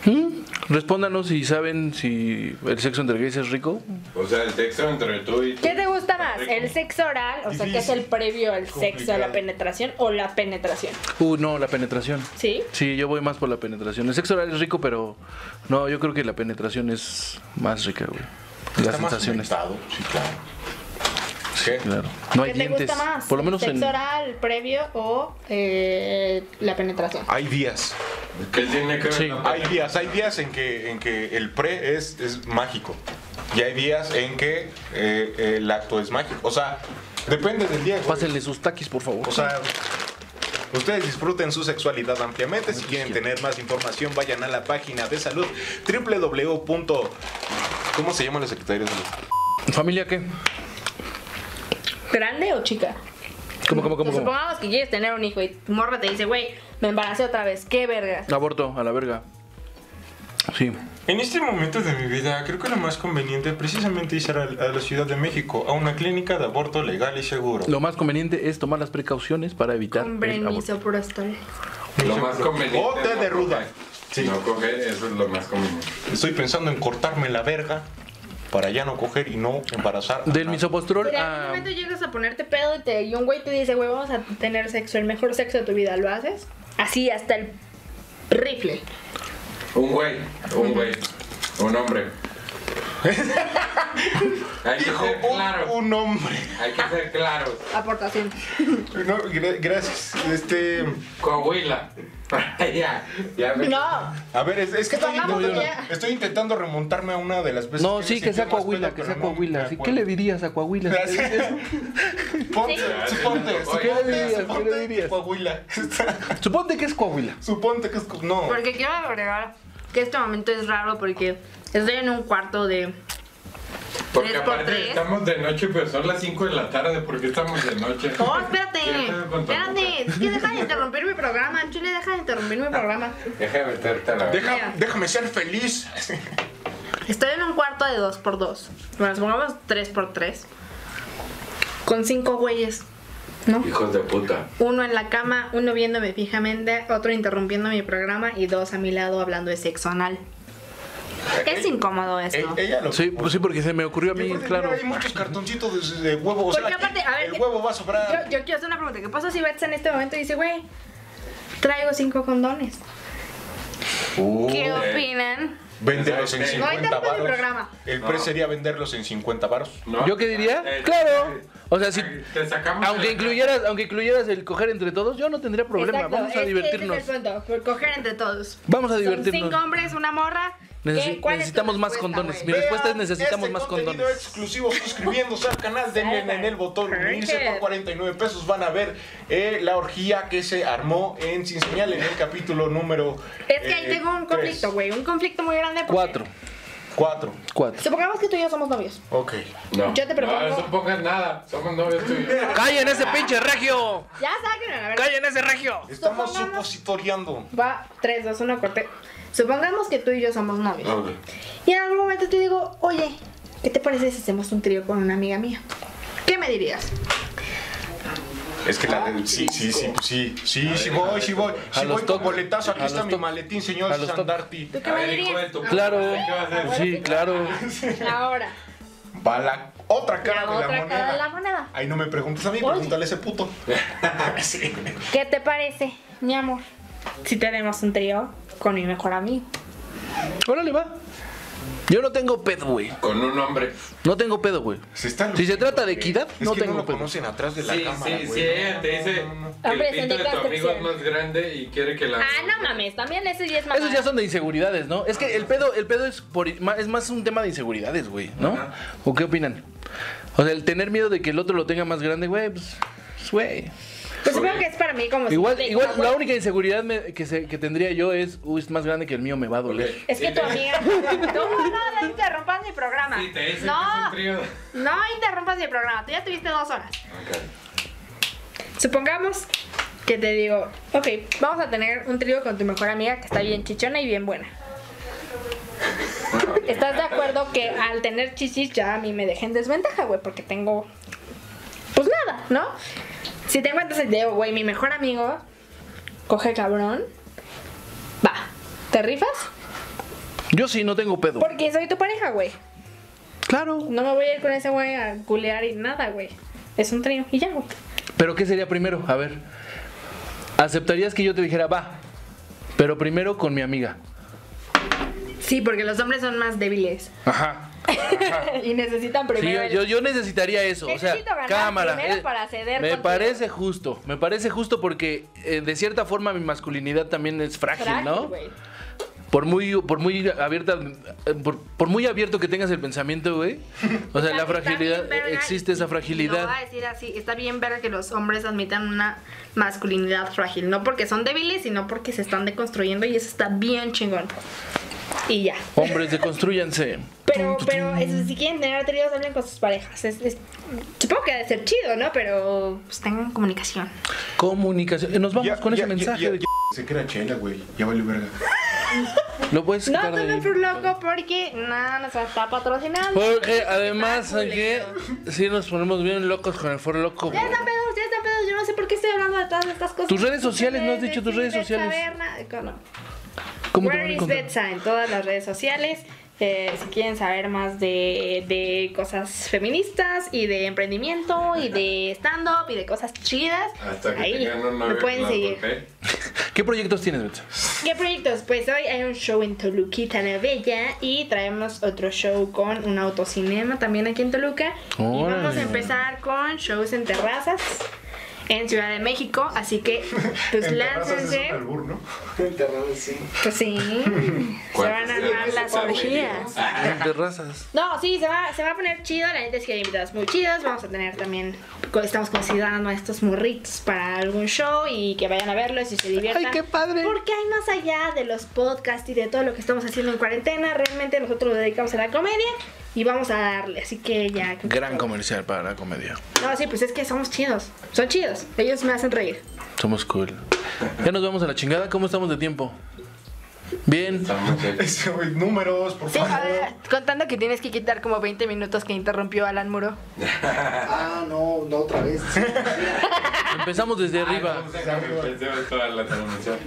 [SPEAKER 4] ¿Mm? Respóndanos si saben si el sexo entre gays es rico.
[SPEAKER 1] O sea, el sexo entre tú y tú.
[SPEAKER 7] ¿Qué te gusta más?
[SPEAKER 1] rico.
[SPEAKER 7] ¿El sexo oral? O sea, que es
[SPEAKER 2] Difícil.
[SPEAKER 7] el previo al sexo, a la
[SPEAKER 2] Complicado.
[SPEAKER 7] penetración o la penetración.
[SPEAKER 4] Uh, no, la penetración.
[SPEAKER 7] ¿Sí?
[SPEAKER 4] Sí, yo voy más por la penetración. El sexo oral es rico, pero no, yo creo que la penetración es más rica, güey. Las
[SPEAKER 2] Está más
[SPEAKER 4] sensaciones.
[SPEAKER 2] conectado, sí, claro.
[SPEAKER 1] ¿Qué?
[SPEAKER 4] Claro. No hay
[SPEAKER 7] ¿Qué te
[SPEAKER 4] dientes.
[SPEAKER 7] gusta más?
[SPEAKER 4] Por lo menos en.
[SPEAKER 7] ¿Sexo oral, previo o eh, la penetración?
[SPEAKER 2] Hay días,
[SPEAKER 1] ¿Qué tiene que ver?
[SPEAKER 4] Sí.
[SPEAKER 1] la
[SPEAKER 2] hay
[SPEAKER 1] pena?
[SPEAKER 2] días, hay días en que, en que el pre es, es mágico. Y hay días en que eh, el acto es mágico. O sea, depende del día. güey.
[SPEAKER 4] Pásenle sus taquis, por favor.
[SPEAKER 2] O sea, ustedes disfruten su sexualidad ampliamente. Si quieren tener más información, vayan a la página de salud www. ¿Cómo se llama la Secretaría de Salud?
[SPEAKER 4] ¿Familia qué?
[SPEAKER 7] ¿Grande o chica?
[SPEAKER 4] ¿Cómo, cómo, cómo, cómo?
[SPEAKER 7] Supongamos que quieres tener un hijo y tu morra te dice, güey, me embaracé otra vez, qué verga.
[SPEAKER 4] Aborto, a la verga. Sí.
[SPEAKER 2] En este momento de mi vida, creo que lo más conveniente precisamente es ir a a la Ciudad de México, a una clínica de aborto legal y seguro.
[SPEAKER 4] Lo más conveniente es tomar las precauciones para evitar
[SPEAKER 6] Hombre,
[SPEAKER 4] el aborto.
[SPEAKER 6] misoprostol.
[SPEAKER 1] Lo
[SPEAKER 4] Oh,
[SPEAKER 1] más conveniente.
[SPEAKER 2] O té de ruda. Sí.
[SPEAKER 1] No coger, eso es lo más conveniente.
[SPEAKER 2] Estoy pensando en cortarme la verga para ya no coger y no embarazar. a
[SPEAKER 4] Del
[SPEAKER 2] nadie.
[SPEAKER 4] misopostrol
[SPEAKER 7] Pero en algún
[SPEAKER 4] a.
[SPEAKER 7] momento llegas a ponerte pedo y, te, y un güey te dice, güey, vamos a tener sexo, el mejor sexo de tu vida, ¿lo haces? Así hasta el rifle.
[SPEAKER 1] Un güey, un güey, un hombre. hay que
[SPEAKER 2] Dijo
[SPEAKER 1] ser
[SPEAKER 2] un-
[SPEAKER 1] claros,
[SPEAKER 2] un hombre.
[SPEAKER 1] hay que ser claros.
[SPEAKER 7] Aportación.
[SPEAKER 2] No, gra- gracias. Este.
[SPEAKER 1] Coahuila. ya, ya me-
[SPEAKER 7] No,
[SPEAKER 2] A ver, es, es que estoy
[SPEAKER 7] Pongamos
[SPEAKER 2] intentando,
[SPEAKER 7] que ya-
[SPEAKER 2] estoy intentando remontarme a una de las veces.
[SPEAKER 4] No,
[SPEAKER 2] me
[SPEAKER 4] sí, que
[SPEAKER 2] sentí
[SPEAKER 4] sea
[SPEAKER 2] más
[SPEAKER 4] Coahuila,
[SPEAKER 2] pedo,
[SPEAKER 4] que
[SPEAKER 2] pero
[SPEAKER 4] sea
[SPEAKER 2] no me
[SPEAKER 4] Coahuila. Sí, ¿Qué
[SPEAKER 2] acuerdo.
[SPEAKER 4] le dirías a Coahuila?
[SPEAKER 2] Gracias. Ponte,
[SPEAKER 1] Ya,
[SPEAKER 2] suponte,
[SPEAKER 1] sí,
[SPEAKER 2] suponte,
[SPEAKER 1] ¿qué le
[SPEAKER 4] dirías?
[SPEAKER 2] suponte
[SPEAKER 4] ¿Qué le dirías?
[SPEAKER 2] que Coahuila.
[SPEAKER 4] Suponte que es Coahuila.
[SPEAKER 2] suponte que es. co- No.
[SPEAKER 6] Porque quiero agregar que este momento es raro porque estoy en un cuarto de.
[SPEAKER 1] Porque
[SPEAKER 6] Tres por
[SPEAKER 1] aparte
[SPEAKER 6] tres.
[SPEAKER 1] estamos de noche, pero son las 5 de la tarde. ¿Por qué estamos de noche?
[SPEAKER 6] ¡Oh, espérate!
[SPEAKER 1] Deja de-
[SPEAKER 6] Espérate, es que deja de interrumpir mi programa, Chile, deja de interrumpir mi programa.
[SPEAKER 1] Deja de meterte a la
[SPEAKER 2] Deja-
[SPEAKER 6] Mira.
[SPEAKER 2] déjame ser feliz.
[SPEAKER 6] Estoy en un cuarto de 2x2. Bueno, supongamos 3x3. Con cinco güeyes.
[SPEAKER 1] Hijos de puta.
[SPEAKER 6] Uno en la cama, uno viéndome fijamente, otro interrumpiendo mi programa y dos a mi lado hablando de sexo anal. Es incómodo
[SPEAKER 2] E-
[SPEAKER 6] esto.
[SPEAKER 2] ella lo.
[SPEAKER 4] Sí, pues sí, porque se me ocurrió a
[SPEAKER 2] Y
[SPEAKER 4] mí,
[SPEAKER 2] aparte,
[SPEAKER 4] claro.
[SPEAKER 2] mira, Hay muchos cartoncitos de, de huevo. o
[SPEAKER 7] Porque
[SPEAKER 2] sea,
[SPEAKER 7] aparte, a ver,
[SPEAKER 2] el
[SPEAKER 7] ¿qué-
[SPEAKER 2] huevo va a sobrar.
[SPEAKER 7] yo, yo quiero hacer una pregunta. ¿Qué pasa si Betsa en este momento dice, güey, traigo cinco condones?
[SPEAKER 6] ¿Qué
[SPEAKER 1] eh.
[SPEAKER 6] opinan?
[SPEAKER 2] Véndelos en
[SPEAKER 1] No,
[SPEAKER 2] 50
[SPEAKER 7] interrumpe el
[SPEAKER 2] varos.
[SPEAKER 7] programa.
[SPEAKER 2] El
[SPEAKER 1] No.
[SPEAKER 2] pre sería venderlos en 50 varos.
[SPEAKER 1] ¿No?
[SPEAKER 4] ¿Yo qué diría?
[SPEAKER 1] Eh,
[SPEAKER 4] Claro.
[SPEAKER 1] eh,
[SPEAKER 4] O sea, si.
[SPEAKER 1] Te sacamos de
[SPEAKER 4] Aunque
[SPEAKER 1] la-
[SPEAKER 4] incluyeras, aunque incluyeras el coger entre todos, yo no tendría problema.
[SPEAKER 7] Exacto, este,
[SPEAKER 4] Vamos a
[SPEAKER 7] es que ese es el
[SPEAKER 4] divertirnos.
[SPEAKER 7] punto, por
[SPEAKER 6] Coger
[SPEAKER 7] coger
[SPEAKER 6] entre todos.
[SPEAKER 4] Vamos a
[SPEAKER 6] Son
[SPEAKER 4] divertirnos.
[SPEAKER 6] cinco hombres, una morra. ¿Qué-
[SPEAKER 4] Necesi-
[SPEAKER 6] cuál es tu
[SPEAKER 4] necesitamos más
[SPEAKER 6] respuesta,
[SPEAKER 4] condones.
[SPEAKER 6] güey?
[SPEAKER 4] Mi respuesta es
[SPEAKER 2] Vean
[SPEAKER 4] necesitamos
[SPEAKER 2] este
[SPEAKER 4] más
[SPEAKER 2] contenido
[SPEAKER 4] condones.
[SPEAKER 2] exclusivo suscribiéndose al canal, denle en el botón unirse por 49 pesos. Van a ver eh, la orgía que se armó en Sin Señal en el capítulo número. eh,
[SPEAKER 6] Es que ahí tengo un conflicto, güey. Un conflicto muy grande. porque-
[SPEAKER 4] Cuatro,
[SPEAKER 2] 4.
[SPEAKER 4] cuatro.
[SPEAKER 7] Supongamos que tú y yo somos novios.
[SPEAKER 2] Ok.
[SPEAKER 1] No.
[SPEAKER 7] Yo te propongo-
[SPEAKER 1] No, eso pongas nada. Somos novios tuyos.
[SPEAKER 4] ¡Callen ese pinche regio!
[SPEAKER 7] Ya saquen a la verga.
[SPEAKER 4] ¡Callen ese regio!
[SPEAKER 2] Estamos
[SPEAKER 7] Supongamos-
[SPEAKER 2] supositoriando.
[SPEAKER 7] Va, 3, 2, 1, corte. Supongamos que tú y yo somos novios.
[SPEAKER 2] Ah.
[SPEAKER 1] Ok.
[SPEAKER 7] Y en algún momento te digo, oye, ¿qué te parece si hacemos un trío con una amiga mía? ¿Qué me dirías?
[SPEAKER 2] Es que la de. Sí, sí, sí, sí, sí, sí, voy, sí voy.
[SPEAKER 4] A
[SPEAKER 2] Sí
[SPEAKER 4] los
[SPEAKER 2] voy con
[SPEAKER 4] toc.
[SPEAKER 2] boletazo,
[SPEAKER 4] A
[SPEAKER 2] aquí está
[SPEAKER 4] los
[SPEAKER 2] mi
[SPEAKER 4] toc.
[SPEAKER 2] maletín, señor
[SPEAKER 4] A los toc.
[SPEAKER 2] Sandarti.
[SPEAKER 6] ¿Tú qué
[SPEAKER 1] A
[SPEAKER 6] me
[SPEAKER 1] ver, hijo de
[SPEAKER 6] dirías?
[SPEAKER 1] tu puta,
[SPEAKER 4] Claro.
[SPEAKER 1] ¿Qué vas a hacer?
[SPEAKER 4] Sí, claro.
[SPEAKER 7] Ahora,
[SPEAKER 2] Va la otra cara
[SPEAKER 7] la
[SPEAKER 2] de la
[SPEAKER 7] otra cara de la
[SPEAKER 2] moneda.
[SPEAKER 7] moneda.
[SPEAKER 2] Ahí no me preguntes a mí, pregúntale a ese puto. Sí.
[SPEAKER 7] ¿Qué te parece, mi amor? Si tenemos un trío con mi mejor amigo.
[SPEAKER 4] Órale, va. Yo no tengo pedo, güey.
[SPEAKER 1] Con un hombre.
[SPEAKER 4] No tengo pedo, güey.
[SPEAKER 2] Se está
[SPEAKER 4] Si se
[SPEAKER 2] luciendo,
[SPEAKER 4] trata de
[SPEAKER 2] güey.
[SPEAKER 4] equidad,
[SPEAKER 2] Es
[SPEAKER 4] no
[SPEAKER 2] que
[SPEAKER 4] tengo
[SPEAKER 2] no lo
[SPEAKER 4] pedo.
[SPEAKER 2] conocen atrás de la
[SPEAKER 1] Sí,
[SPEAKER 2] cámara,
[SPEAKER 1] sí,
[SPEAKER 2] güey.
[SPEAKER 1] sí. Ella te dice que
[SPEAKER 7] Hombre,
[SPEAKER 1] el pito de tu
[SPEAKER 7] sindicato
[SPEAKER 1] amigo es
[SPEAKER 7] oficial.
[SPEAKER 1] más grande y quiere que la.
[SPEAKER 7] Ah, no mames, también ese ya es mamá.
[SPEAKER 4] Esos ya son de inseguridades, ¿no? Es que el pedo, el pedo es, por, es más un tema de inseguridades, güey, ¿no?
[SPEAKER 1] Ajá.
[SPEAKER 4] ¿O qué opinan? O sea, el tener miedo de que el otro lo tenga más grande, güey, pues, pues, güey.
[SPEAKER 7] Pues supongo que es para mí como si
[SPEAKER 4] Igual,
[SPEAKER 7] te-
[SPEAKER 4] igual la única inseguridad me- que, se- que tendría yo es, uy, es más grande que el mío, me va a doler.
[SPEAKER 7] Es que tu amiga.
[SPEAKER 6] Tú no le interrumpas mi programa.
[SPEAKER 1] Sí, te dice que es
[SPEAKER 6] No,
[SPEAKER 1] un trío.
[SPEAKER 6] no interrumpas mi programa. Tú ya tuviste dos horas.
[SPEAKER 7] Supongamos que te digo, ok, vamos a tener un trío con tu mejor amiga que está bien chichona y bien buena. ¿Estás de acuerdo que al tener chichis ya a mí me dejen desventaja, güey? Porque tengo. Pues nada, ¿no? Si te encuentras el dedo, güey, mi mejor amigo coge cabrón, va. ¿Te rifas?
[SPEAKER 4] Yo sí, no tengo pedo.
[SPEAKER 7] Porque soy tu pareja, güey.
[SPEAKER 4] Claro.
[SPEAKER 7] No me voy a ir con ese güey a culear y nada, güey. Es un trío y ya, güey.
[SPEAKER 4] Pero ¿qué sería primero? A ver. ¿Aceptarías que yo te dijera, va? Pero primero con mi amiga.
[SPEAKER 6] Sí, porque los hombres son más débiles.
[SPEAKER 4] Ajá.
[SPEAKER 7] Y necesitan
[SPEAKER 4] Sí,
[SPEAKER 7] primero.
[SPEAKER 4] yo,
[SPEAKER 7] el-
[SPEAKER 4] yo- yo necesitaría eso. O sea,
[SPEAKER 7] Necesito ganar
[SPEAKER 4] cámara.
[SPEAKER 7] primero
[SPEAKER 4] eh,
[SPEAKER 7] para ceder
[SPEAKER 4] me
[SPEAKER 7] contigo.
[SPEAKER 4] parece justo. Me parece justo porque eh, de cierta forma mi masculinidad también es frágil,
[SPEAKER 7] Frágil,
[SPEAKER 4] ¿no?
[SPEAKER 7] güey.
[SPEAKER 4] Por muy, por muy abierta, eh, por, por muy abierto que tengas el pensamiento, güey. O sea, la
[SPEAKER 6] Está bien
[SPEAKER 4] fragilidad,
[SPEAKER 6] verga
[SPEAKER 4] existe
[SPEAKER 6] y-
[SPEAKER 4] esa
[SPEAKER 6] y Lo
[SPEAKER 4] fragilidad.
[SPEAKER 6] voy a decir así, está bien verga que los hombres admitan una masculinidad frágil, no porque son débiles, sino porque se están deconstruyendo y eso está bien chingón. Y ya.
[SPEAKER 4] Hombres, deconstruyanse.
[SPEAKER 7] Pero, pero eso, si quieren tener tríos, hablen con sus parejas. Es- es- supongo que ha de ser chido, ¿no? Pero pues tengan comunicación.
[SPEAKER 4] Comunicación. Eh, Nos vamos
[SPEAKER 2] Ya-
[SPEAKER 4] con
[SPEAKER 2] ya-
[SPEAKER 4] ese
[SPEAKER 2] ya-
[SPEAKER 4] mensaje.
[SPEAKER 2] ya-
[SPEAKER 4] de-
[SPEAKER 2] ya- Se queda chela, güey. Ya vale verga.
[SPEAKER 4] Lo puedes
[SPEAKER 7] No,
[SPEAKER 4] quitar de
[SPEAKER 7] tomen
[SPEAKER 4] ahí.
[SPEAKER 7] Fruit Loco porque nada nos está patrocinando.
[SPEAKER 4] Porque además
[SPEAKER 6] Está
[SPEAKER 4] aquí sí nos ponemos bien locos con el foro loco.
[SPEAKER 7] Ya
[SPEAKER 4] güey.
[SPEAKER 7] están pedos, ya están pedos. Yo no sé por qué estoy hablando de todas estas cosas.
[SPEAKER 4] Tus redes sociales, no has dicho tus redes
[SPEAKER 6] Desde
[SPEAKER 4] sociales.
[SPEAKER 6] Cibercaverna- eh, no.
[SPEAKER 4] ¿Cómo te van a
[SPEAKER 7] Where is
[SPEAKER 4] encontrar?
[SPEAKER 7] Betsa en todas las redes sociales. Eh, si quieren saber más de, de cosas feministas y de emprendimiento y de stand-up y de cosas chidas,
[SPEAKER 1] Hasta que
[SPEAKER 7] ahí
[SPEAKER 1] tengan un
[SPEAKER 7] me
[SPEAKER 1] novio ¿eh? que
[SPEAKER 7] pueden
[SPEAKER 1] la
[SPEAKER 7] seguir.
[SPEAKER 1] golpee.
[SPEAKER 4] ¿Qué proyectos tienes, Betsa?
[SPEAKER 7] ¿Qué proyectos? Pues hoy hay un show en Toluquita, la Bella, y traemos otro show con un autocinema también aquí en Toluca. Y
[SPEAKER 4] Órale.
[SPEAKER 7] vamos a empezar con shows en terrazas en Ciudad de México, así que pues
[SPEAKER 2] En terrazas es
[SPEAKER 7] láncense.
[SPEAKER 2] un albur, ¿no?
[SPEAKER 5] Enterrado, sí.
[SPEAKER 7] Pues sí, se
[SPEAKER 1] ¿Cuántos
[SPEAKER 7] van a
[SPEAKER 1] días
[SPEAKER 7] armar
[SPEAKER 1] de
[SPEAKER 7] las
[SPEAKER 1] separación?
[SPEAKER 7] orgías.
[SPEAKER 4] De razas.
[SPEAKER 7] No, sí, se va, se va a poner chido. La neta es que hay invitados muy chidos. Vamos a tener también. Estamos considerando a estos morritos para algún show y que vayan a verlo y si se diviertan.
[SPEAKER 4] ¡Ay, qué padre!
[SPEAKER 7] Porque hay más allá de los podcasts y de todo lo que estamos haciendo en cuarentena. Realmente nosotros nos dedicamos a la comedia y vamos a darle. Así que ya.
[SPEAKER 4] Gran comercial para la comedia.
[SPEAKER 7] No, sí, pues es que somos chidos. Son chidos. Ellos me hacen reír.
[SPEAKER 4] Somos cool. Ya nos vamos a la chingada. ¿Cómo estamos de tiempo? Bien.
[SPEAKER 1] Estamos en-
[SPEAKER 2] Ese güey, números, por
[SPEAKER 6] Sí,
[SPEAKER 2] favor.
[SPEAKER 6] a ver, contando que tienes que quitar como 20 minutos que interrumpió Alan Muro.
[SPEAKER 5] Ah, no, no otra vez.
[SPEAKER 4] Empezamos desde arriba.
[SPEAKER 1] Estamos en- Empecé toda la transmisión.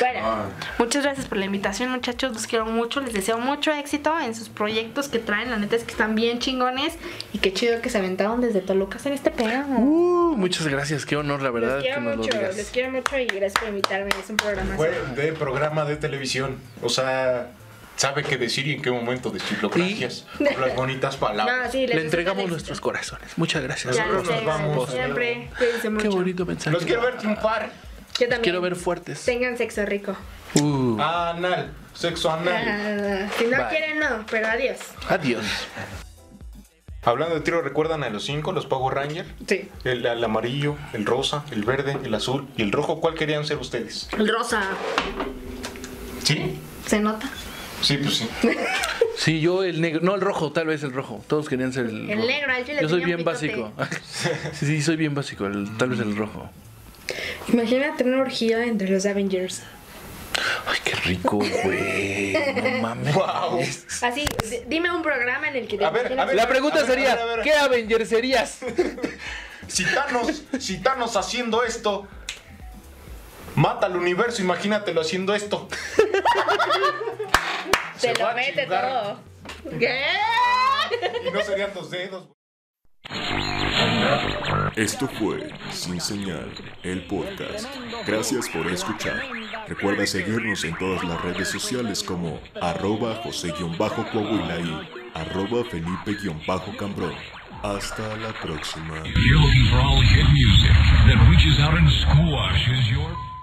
[SPEAKER 7] Bueno,
[SPEAKER 1] Ah,
[SPEAKER 6] Muchas gracias por la invitación, muchachos. Los quiero mucho. Les deseo mucho éxito en sus proyectos que traen. La neta es que están bien chingones.
[SPEAKER 7] y qué chido que se aventaron desde Toluca a hacer este pedo.
[SPEAKER 4] Uh, muchas gracias. Qué honor, la verdad,
[SPEAKER 7] Los
[SPEAKER 4] que
[SPEAKER 7] quiero
[SPEAKER 4] nos lo
[SPEAKER 7] mucho, les
[SPEAKER 4] digas.
[SPEAKER 7] quiero mucho y gracias por invitarme. Es un programa.
[SPEAKER 2] Fue de programa de televisión. O sea, sabe qué decir y en qué momento decirlo. Gracias por las bonitas palabras.
[SPEAKER 7] No, sí, les
[SPEAKER 4] Le
[SPEAKER 7] deseo
[SPEAKER 4] entregamos
[SPEAKER 7] feliz-
[SPEAKER 4] nuestros corazones. Muchas gracias.
[SPEAKER 7] Ya
[SPEAKER 2] Nosotros
[SPEAKER 7] lo sé,
[SPEAKER 2] nos vamos.
[SPEAKER 7] Siempre, cuídense mucho.
[SPEAKER 4] Qué bonito mensaje.
[SPEAKER 2] Los quiero ver triunfar.
[SPEAKER 7] Yo también.
[SPEAKER 4] Quiero ver fuertes.
[SPEAKER 7] Tengan sexo rico.
[SPEAKER 4] Uh,
[SPEAKER 2] Ah. Anal, sexo anal.
[SPEAKER 7] Ah, si no
[SPEAKER 4] Bye.
[SPEAKER 7] quieren, no, pero adiós.
[SPEAKER 4] adiós.
[SPEAKER 2] Hablando de tiro, ¿recuerdan a los cinco, los Power Ranger?
[SPEAKER 7] Sí.
[SPEAKER 2] El, el amarillo, el rosa, el verde, el azul y el rojo. ¿Cuál querían ser ustedes?
[SPEAKER 6] El rosa,
[SPEAKER 2] ¿Sí?
[SPEAKER 6] ¿se nota?
[SPEAKER 2] Sí, pues sí.
[SPEAKER 4] Sí, yo el negro. No, el rojo, tal vez el rojo. Todos querían ser el.
[SPEAKER 7] El
[SPEAKER 4] rojo.
[SPEAKER 7] negro, al chile
[SPEAKER 4] Yo soy
[SPEAKER 7] tenía
[SPEAKER 4] bien
[SPEAKER 7] un
[SPEAKER 4] básico. sí, sí, soy bien básico. el- tal vez el rojo.
[SPEAKER 7] Imagínate una orgía entre los Avengers.
[SPEAKER 4] Ay, qué rico, güey. No mames.
[SPEAKER 2] Wow.
[SPEAKER 4] Este,
[SPEAKER 7] Así, d- dime un programa en el que te
[SPEAKER 2] A ver,
[SPEAKER 7] imagines-
[SPEAKER 2] a ver.
[SPEAKER 4] La pregunta
[SPEAKER 2] A ver,
[SPEAKER 4] sería,
[SPEAKER 2] a ver, a ver.
[SPEAKER 4] ¿qué Avenger serías?
[SPEAKER 2] Si Thanos, si Thanos haciendo esto, mata al universo, imagínatelo haciendo esto.
[SPEAKER 7] te
[SPEAKER 2] va a
[SPEAKER 7] lo mete
[SPEAKER 2] chingar.
[SPEAKER 7] todo. ¿Qué?
[SPEAKER 2] Y no serían dos dedos.
[SPEAKER 8] Esto fue Sin Señal, el podcast. Gracias por escuchar. Recuerda seguirnos en todas las redes sociales como arroba José-Coahuila y arroba Felipe-Cambrón. Hasta la próxima.
[SPEAKER 3] If you're looking for all hit music that reaches out and squashes your...